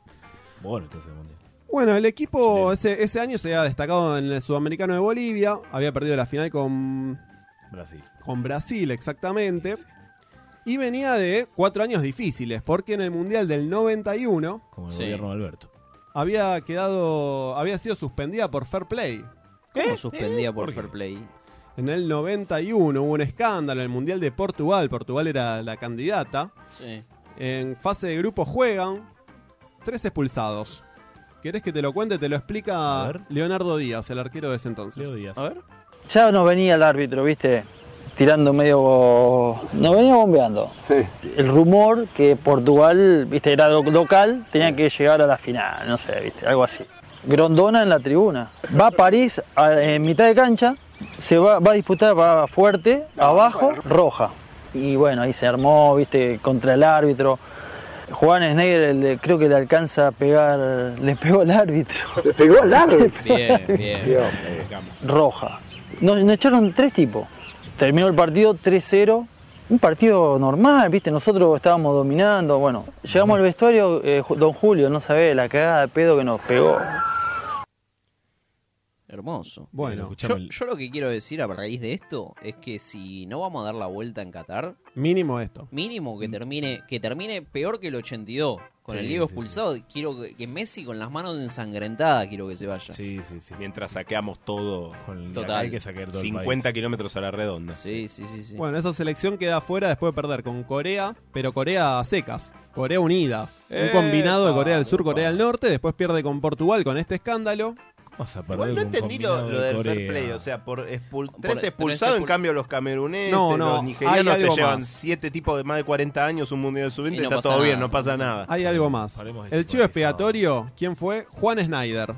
S2: Bueno, entonces, mundial.
S10: Bueno, el equipo ese, ese año se había destacado en el Sudamericano de Bolivia, había perdido la final con,
S2: Brasil.
S10: con Brasil exactamente, y venía de cuatro años difíciles, porque en el Mundial del 91
S2: Como el
S10: Sí.
S2: gobierno de Alberto.
S10: había quedado, había sido suspendida por fair play.
S1: ¿Cómo suspendida por fair play?
S10: En el 91 hubo un escándalo en el Mundial de Portugal, Portugal era la candidata.
S1: Sí.
S10: En fase de grupo juegan tres expulsados. ¿Querés que te lo cuente? Te lo explica Leonardo Díaz, el arquero de ese entonces.
S1: A ver.
S19: Ya nos venía el árbitro, viste, tirando medio. Nos venía bombeando. El rumor que Portugal, viste, era lo- local, tenía que llegar a la final, no sé, viste, algo así. Grondona en la tribuna. Va a París a- en mitad de cancha, se va, va a disputar, va fuerte, abajo, roja. y bueno, ahí se armó, viste, contra el árbitro. Juan Schneider el de- creo que le alcanza a pegar, le pegó al árbitro. ¿Le
S17: pegó al árbitro?
S19: Bien, Roja. Nos, nos echaron tres tipos. Terminó el partido 3-0. Un partido normal, viste, nosotros estábamos dominando, bueno. Llegamos al vestuario, eh, Ju- don Julio, no sabe la cagada de pedo que nos pegó.
S1: Hermoso.
S10: Bueno,
S1: yo,
S10: escuchame el-
S1: yo lo que quiero decir a raíz de esto es que si no vamos a dar la vuelta en Qatar,
S10: Mínimo esto. Mm.
S1: mínimo que termine que termine peor que el 82 con
S10: Sí,
S1: el Diego
S10: sí,
S1: expulsado quiero que, que Messi con las manos ensangrentadas quiero que se vaya
S2: sí sí sí
S3: mientras saqueamos todo
S1: Total. hay que
S2: saquear
S1: todo el
S3: 50 kilómetros a la redonda
S1: sí sí sí, sí.
S10: Bueno, esa selección queda fuera después de perder con Corea, pero Corea a secas, Corea unida. Un
S3: Epa,
S10: combinado de Corea del Sur, Corea del Norte, después pierde con Portugal con este escándalo.
S2: Vas a
S3: Igual no entendí lo, lo del fair play, o sea, por, expul- tres
S10: tres
S3: expulsados, en
S10: expul-
S3: cambio los cameruneses,
S10: No, no,
S3: los
S10: hay
S3: nigerianos te
S10: algo
S3: llevan
S10: más.
S3: siete tipos de más de 40 años, un mundial de sub-20,
S10: Y no
S3: está
S10: pasa
S3: todo
S10: nada.
S3: bien, no pasa nada.
S10: Hay algo más. El chivo expiatorio, ¿quién fue? Juan Snyder.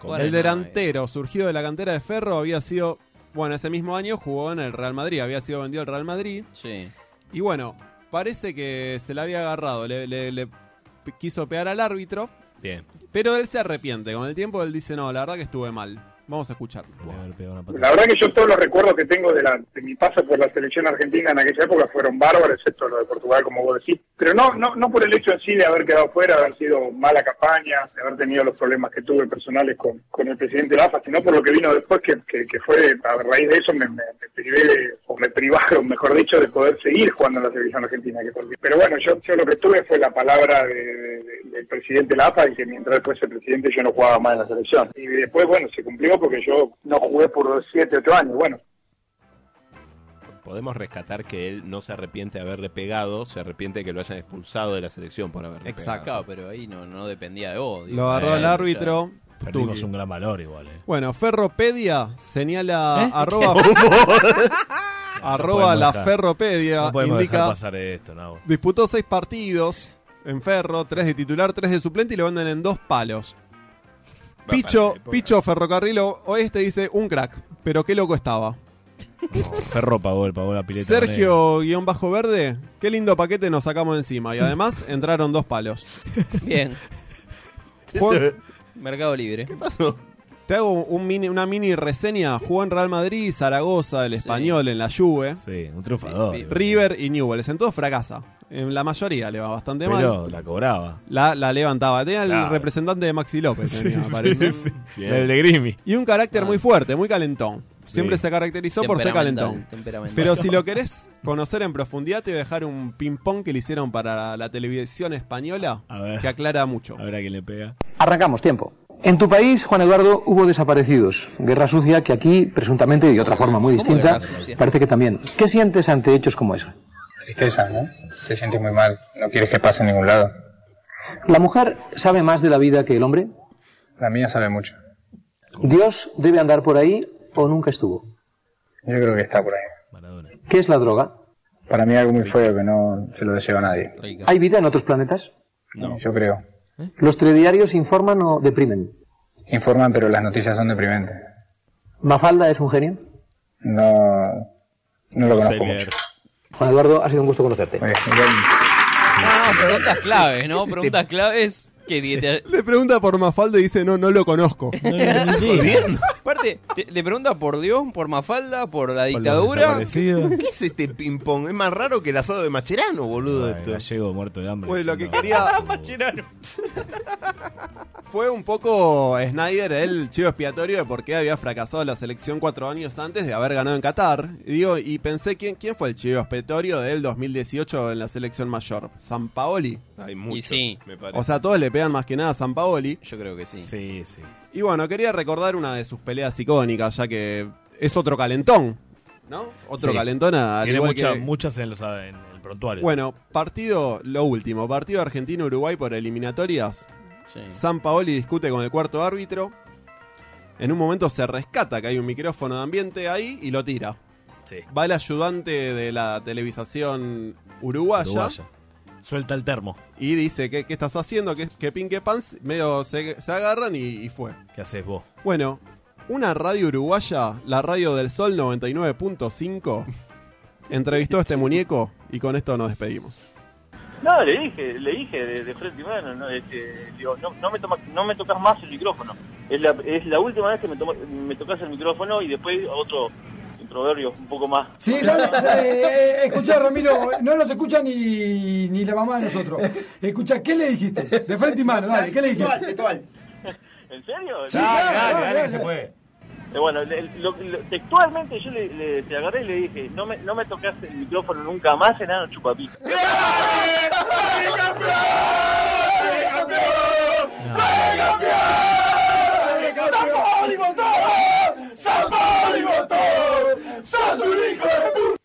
S3: Juan
S10: El
S3: Snyder.
S10: delantero surgido de la cantera de Ferro había sido, bueno, ese mismo año jugó en el Real Madrid, había sido vendido al Real Madrid.
S1: Sí.
S10: Y bueno, parece que se la había agarrado, le, le- le p- quiso pegar al árbitro,
S3: Bien.
S10: pero él se arrepiente. Con el tiempo él dice, no, la verdad que estuve mal. Vamos a escucharlo.
S5: La verdad que yo todos los recuerdos que tengo de, la- de mi paso por la selección argentina en aquella época fueron bárbaros, excepto lo de Portugal, como vos decís. Pero no, no, no por el hecho en sí de haber quedado fuera, de haber sido mala campaña, de haber tenido los problemas que tuve personales con, con el presidente Lafa, sino por lo que vino después, que, que- que fue a raíz de eso me, me- me privé, de- o me privaron, mejor dicho, de poder seguir jugando en la selección argentina. que fue- Pero bueno, yo, yo lo que tuve fue la palabra de- de- de- del presidente Lafa y que mientras fuese presidente yo no jugaba más en la selección. Y después, bueno, se cumplió porque yo no jugué por 7, 8 años. Bueno,
S3: Podemos rescatar que él no se arrepiente de haberle pegado, se arrepiente de que lo hayan expulsado de la selección por haberle pegado.
S1: Claro, pero ahí no, no dependía de vos digo.
S10: Lo agarró
S1: Eh,
S10: el árbitro.
S2: Perdimos
S10: Tuki.
S2: un gran valor igual. eh.
S10: Bueno, Ferropedia señala
S2: ¿Eh?
S10: arroba,
S2: ¿Qué?
S10: arroba
S2: No podemos
S10: la
S2: dejar-
S10: Ferropedia.
S2: no podemos
S10: indica,
S2: dejar pasar esto, Nabo.
S10: Disputó seis partidos en Ferro, tres de titular, tres de suplente y lo venden en dos palos. Picho, Picho Ferrocarril O- Oeste dice un crack, pero qué loco estaba.
S2: Ferro pagó, pagó la pileta.
S10: Sergio guión bajo verde, qué lindo paquete nos sacamos encima y además entraron dos palos.
S1: bien
S10: Juan-
S1: Mercado Libre qué
S3: pasó
S10: Te hago un mini- una mini reseña. Jugó en Real Madrid, Zaragoza, el Español, en la Juve.
S2: Sí, un triunfador.
S10: River y Newell's. En todo fracasa. En la mayoría le va bastante
S2: Pero
S10: mal.
S2: la cobraba.
S10: La, la levantaba. Tenía el
S2: Claro.
S10: representante de Maxi López.
S2: Sí,
S10: tenía,
S2: sí,
S10: parece.
S2: sí, sí. Bien. El de Grimi.
S10: Y un carácter muy fuerte, muy calentón. Siempre
S2: Sí.
S10: se caracterizó por ser
S2: Temperamental,
S10: calentón.
S1: temperamental.
S10: Pero si lo querés conocer en profundidad, te voy a dejar un ping-pong que le hicieron para la televisión española que aclara mucho.
S2: A ver a quién le pega.
S20: Arrancamos, tiempo. En tu país, Juan Eduardo, hubo desaparecidos. Guerra sucia que aquí, presuntamente y de otra forma muy
S21: ¿Cómo
S20: distinta,
S21: guerra sucia?
S20: parece que también. ¿Qué sientes ante hechos como esos?
S21: Tristeza, ¿no? Te sientes muy mal, no quieres que pase en ningún lado.
S20: ¿La mujer sabe más de la vida que el hombre?
S21: La mía sabe mucho.
S20: ¿Dios debe andar por ahí o nunca estuvo?
S21: Yo creo que está por ahí.
S20: ¿Qué es la droga?
S21: Para mí algo muy feo que no se lo deseo a nadie.
S20: ¿Hay vida en otros planetas?
S21: Yo creo.
S20: ¿Los telediarios informan o deprimen?
S21: Informan, pero las noticias son deprimentes.
S20: ¿Mafalda es un genio?
S21: No, no lo conozco mucho.
S20: Juan Eduardo, ha sido un gusto conocerte.
S1: no, preguntas claves no preguntas claves que te-
S10: Le pregunta por Mafalda y dice, no, no lo conozco.
S1: Aparte, te- le pregunta Ah, por Dios, por Mafalda, por la
S3: los
S1: dictadura.
S3: desaparecidos. ¿Qué es este ping-pong? Es más raro que el asado de Macherano, boludo.
S2: Ay,
S3: esto.
S2: Gallego muerto de hambre.
S10: Pues lo que quería. Fue un poco Snyder el chivo expiatorio de por qué había fracasado la selección cuatro años antes de haber ganado en Qatar. Y, digo, y pensé, ¿quién, ¿quién fue el chivo expiatorio del 2018 en la selección mayor? ¿San Paoli?
S3: Hay
S1: Y sí.
S10: O sea, todos le pegan más que nada a San Paoli.
S1: Yo creo que sí.
S2: Sí, sí.
S10: Y bueno, quería recordar una de sus peleas icónicas, ya que es otro calentón. ¿No? Otro
S2: Sí.
S10: calentón al
S2: Tiene
S10: igual
S2: muchas,
S10: que-
S2: muchas en, los, en el prontuario.
S10: Bueno, partido, lo último, partido Argentina-Uruguay por eliminatorias. San Paoli discute con el cuarto árbitro. En un momento se rescata que hay un micrófono de ambiente ahí y lo tira. Va el ayudante de la televisación uruguaya,
S2: Uruguaya. Suelta el termo.
S10: y dice, ¿qué, qué estás haciendo? Que, que pinque pants, medio se, se agarran y, y fue.
S2: ¿Qué haces vos?
S10: Bueno, una radio uruguaya, la radio del Sol 99.5, entrevistó a este muñeco y con esto nos despedimos.
S4: No, le dije, le dije de, de frente y mano, no, este, digo, no, no me toma, no me tocas más el micrófono. Es la, es la última vez que me, tomo- me tocas el micrófono y después otro proverbio un poco más.
S22: Sí, no, no, eh, eh, escuchá, Ramiro, no nos escucha ni, ni la mamá de nosotros. Escucha, ¿qué le dijiste? De frente y mano, dale, ¿qué le dijiste?
S4: ¿En serio?
S22: Sí, Dale, claro, dale, dale,
S4: que se puede. bueno, le- lo- lo- textualmente yo le, le- te agarré y le dije, no me, no me tocas el micrófono nunca más, enano chupapita.
S17: ¡Zapoli motor! ¡Zapoli motor! ¡Sos un hijo de puta!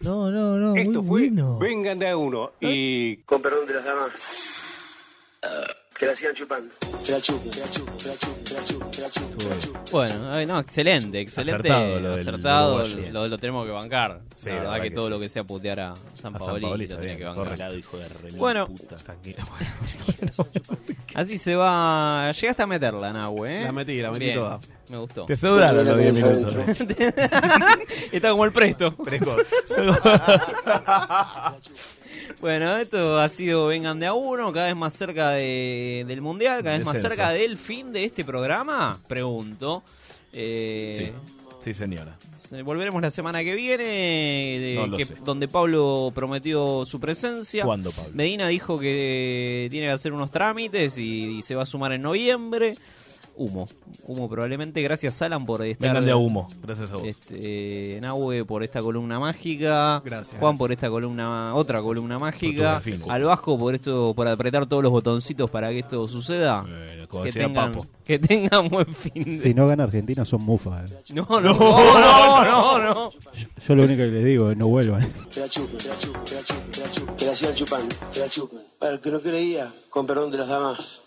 S23: No, no, no. Esto fue.
S17: Vengan de a uno y. ¿Eh? Con perdón de las damas. Que la sigan chupando. Te la chupo, te la chupo, te la chupo, te la chupo, te la chupo.
S1: Bueno, ay, no, excelente, excelente.
S2: Acertado lo del
S1: acertado,
S2: uruguayo.
S1: lo, lo tenemos que bancar.
S2: Sí,
S1: la verdad
S2: verdad
S1: que,
S2: que
S1: todo
S2: sí.
S1: lo que sea putear a San
S2: A San
S1: Paoli
S2: Paoli
S1: lo
S2: está
S1: tiene
S2: bien,
S1: que bancar.
S2: correcto. Hijo de remil
S1: bueno,
S2: puta.
S1: así se va. Llegaste a meterla, Nahue. ¿eh?
S10: La metí, la metí
S1: Bien,
S10: toda.
S1: Me gustó.
S2: Te sobraron los 10 minutos.
S1: Está como el presto.
S2: Precoz.
S1: bueno, esto ha sido Vengan de a uno, cada vez más cerca de- del Mundial, cada vez más
S2: Descenso.
S1: cerca del fin de este programa, pregunto. Eh,
S2: Sí. Sí, señora.
S1: se- Pues, eh, Volveremos la semana que viene, de-
S2: No lo
S1: que-
S2: sé.
S1: donde Pablo prometió su presencia.
S2: ¿Cuándo, Pablo?
S1: Medina dijo que eh, tiene que hacer unos trámites y, y se va a sumar en noviembre. Humo, humo probablemente. Gracias, Alan, por estar.
S2: Vengan de a humo. Gracias a vos.
S1: Este, Nahue por esta columna mágica.
S2: Gracias.
S1: Juan por esta columna, otra columna mágica.
S2: Por tu refil.
S1: Al Vasco por esto, por apretar todos los botoncitos para que esto suceda.
S2: Eh, como
S1: que,
S2: decía
S1: tengan,
S2: Papo.
S1: que tengan buen fin. de-
S24: Si no gana Argentina son mufa. eh.
S1: No, no, no, no, no, no.
S24: Yo lo único que les digo es no vuelvan.
S17: Te la chupo, te la chupo, te la chupo, te la chupo. Que la sigan chupando, te la chupan. Para el que no creía, con perdón de las damas.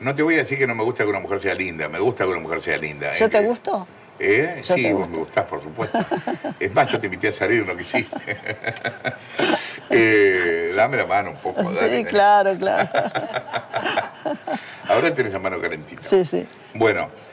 S25: No te voy a decir que no me gusta que una mujer sea linda, me gusta que una mujer sea linda. ¿eh?
S17: te gusto?
S25: ¿Eh?
S17: Yo
S25: Sí,
S17: te
S25: vos me gustás, por supuesto. Es más, yo te invité a salir, lo que hiciste. eh, dame la mano un poco, dale.
S26: Sí, claro, claro.
S25: Ahora tenés la mano calentita.
S26: Sí, sí.
S25: Bueno,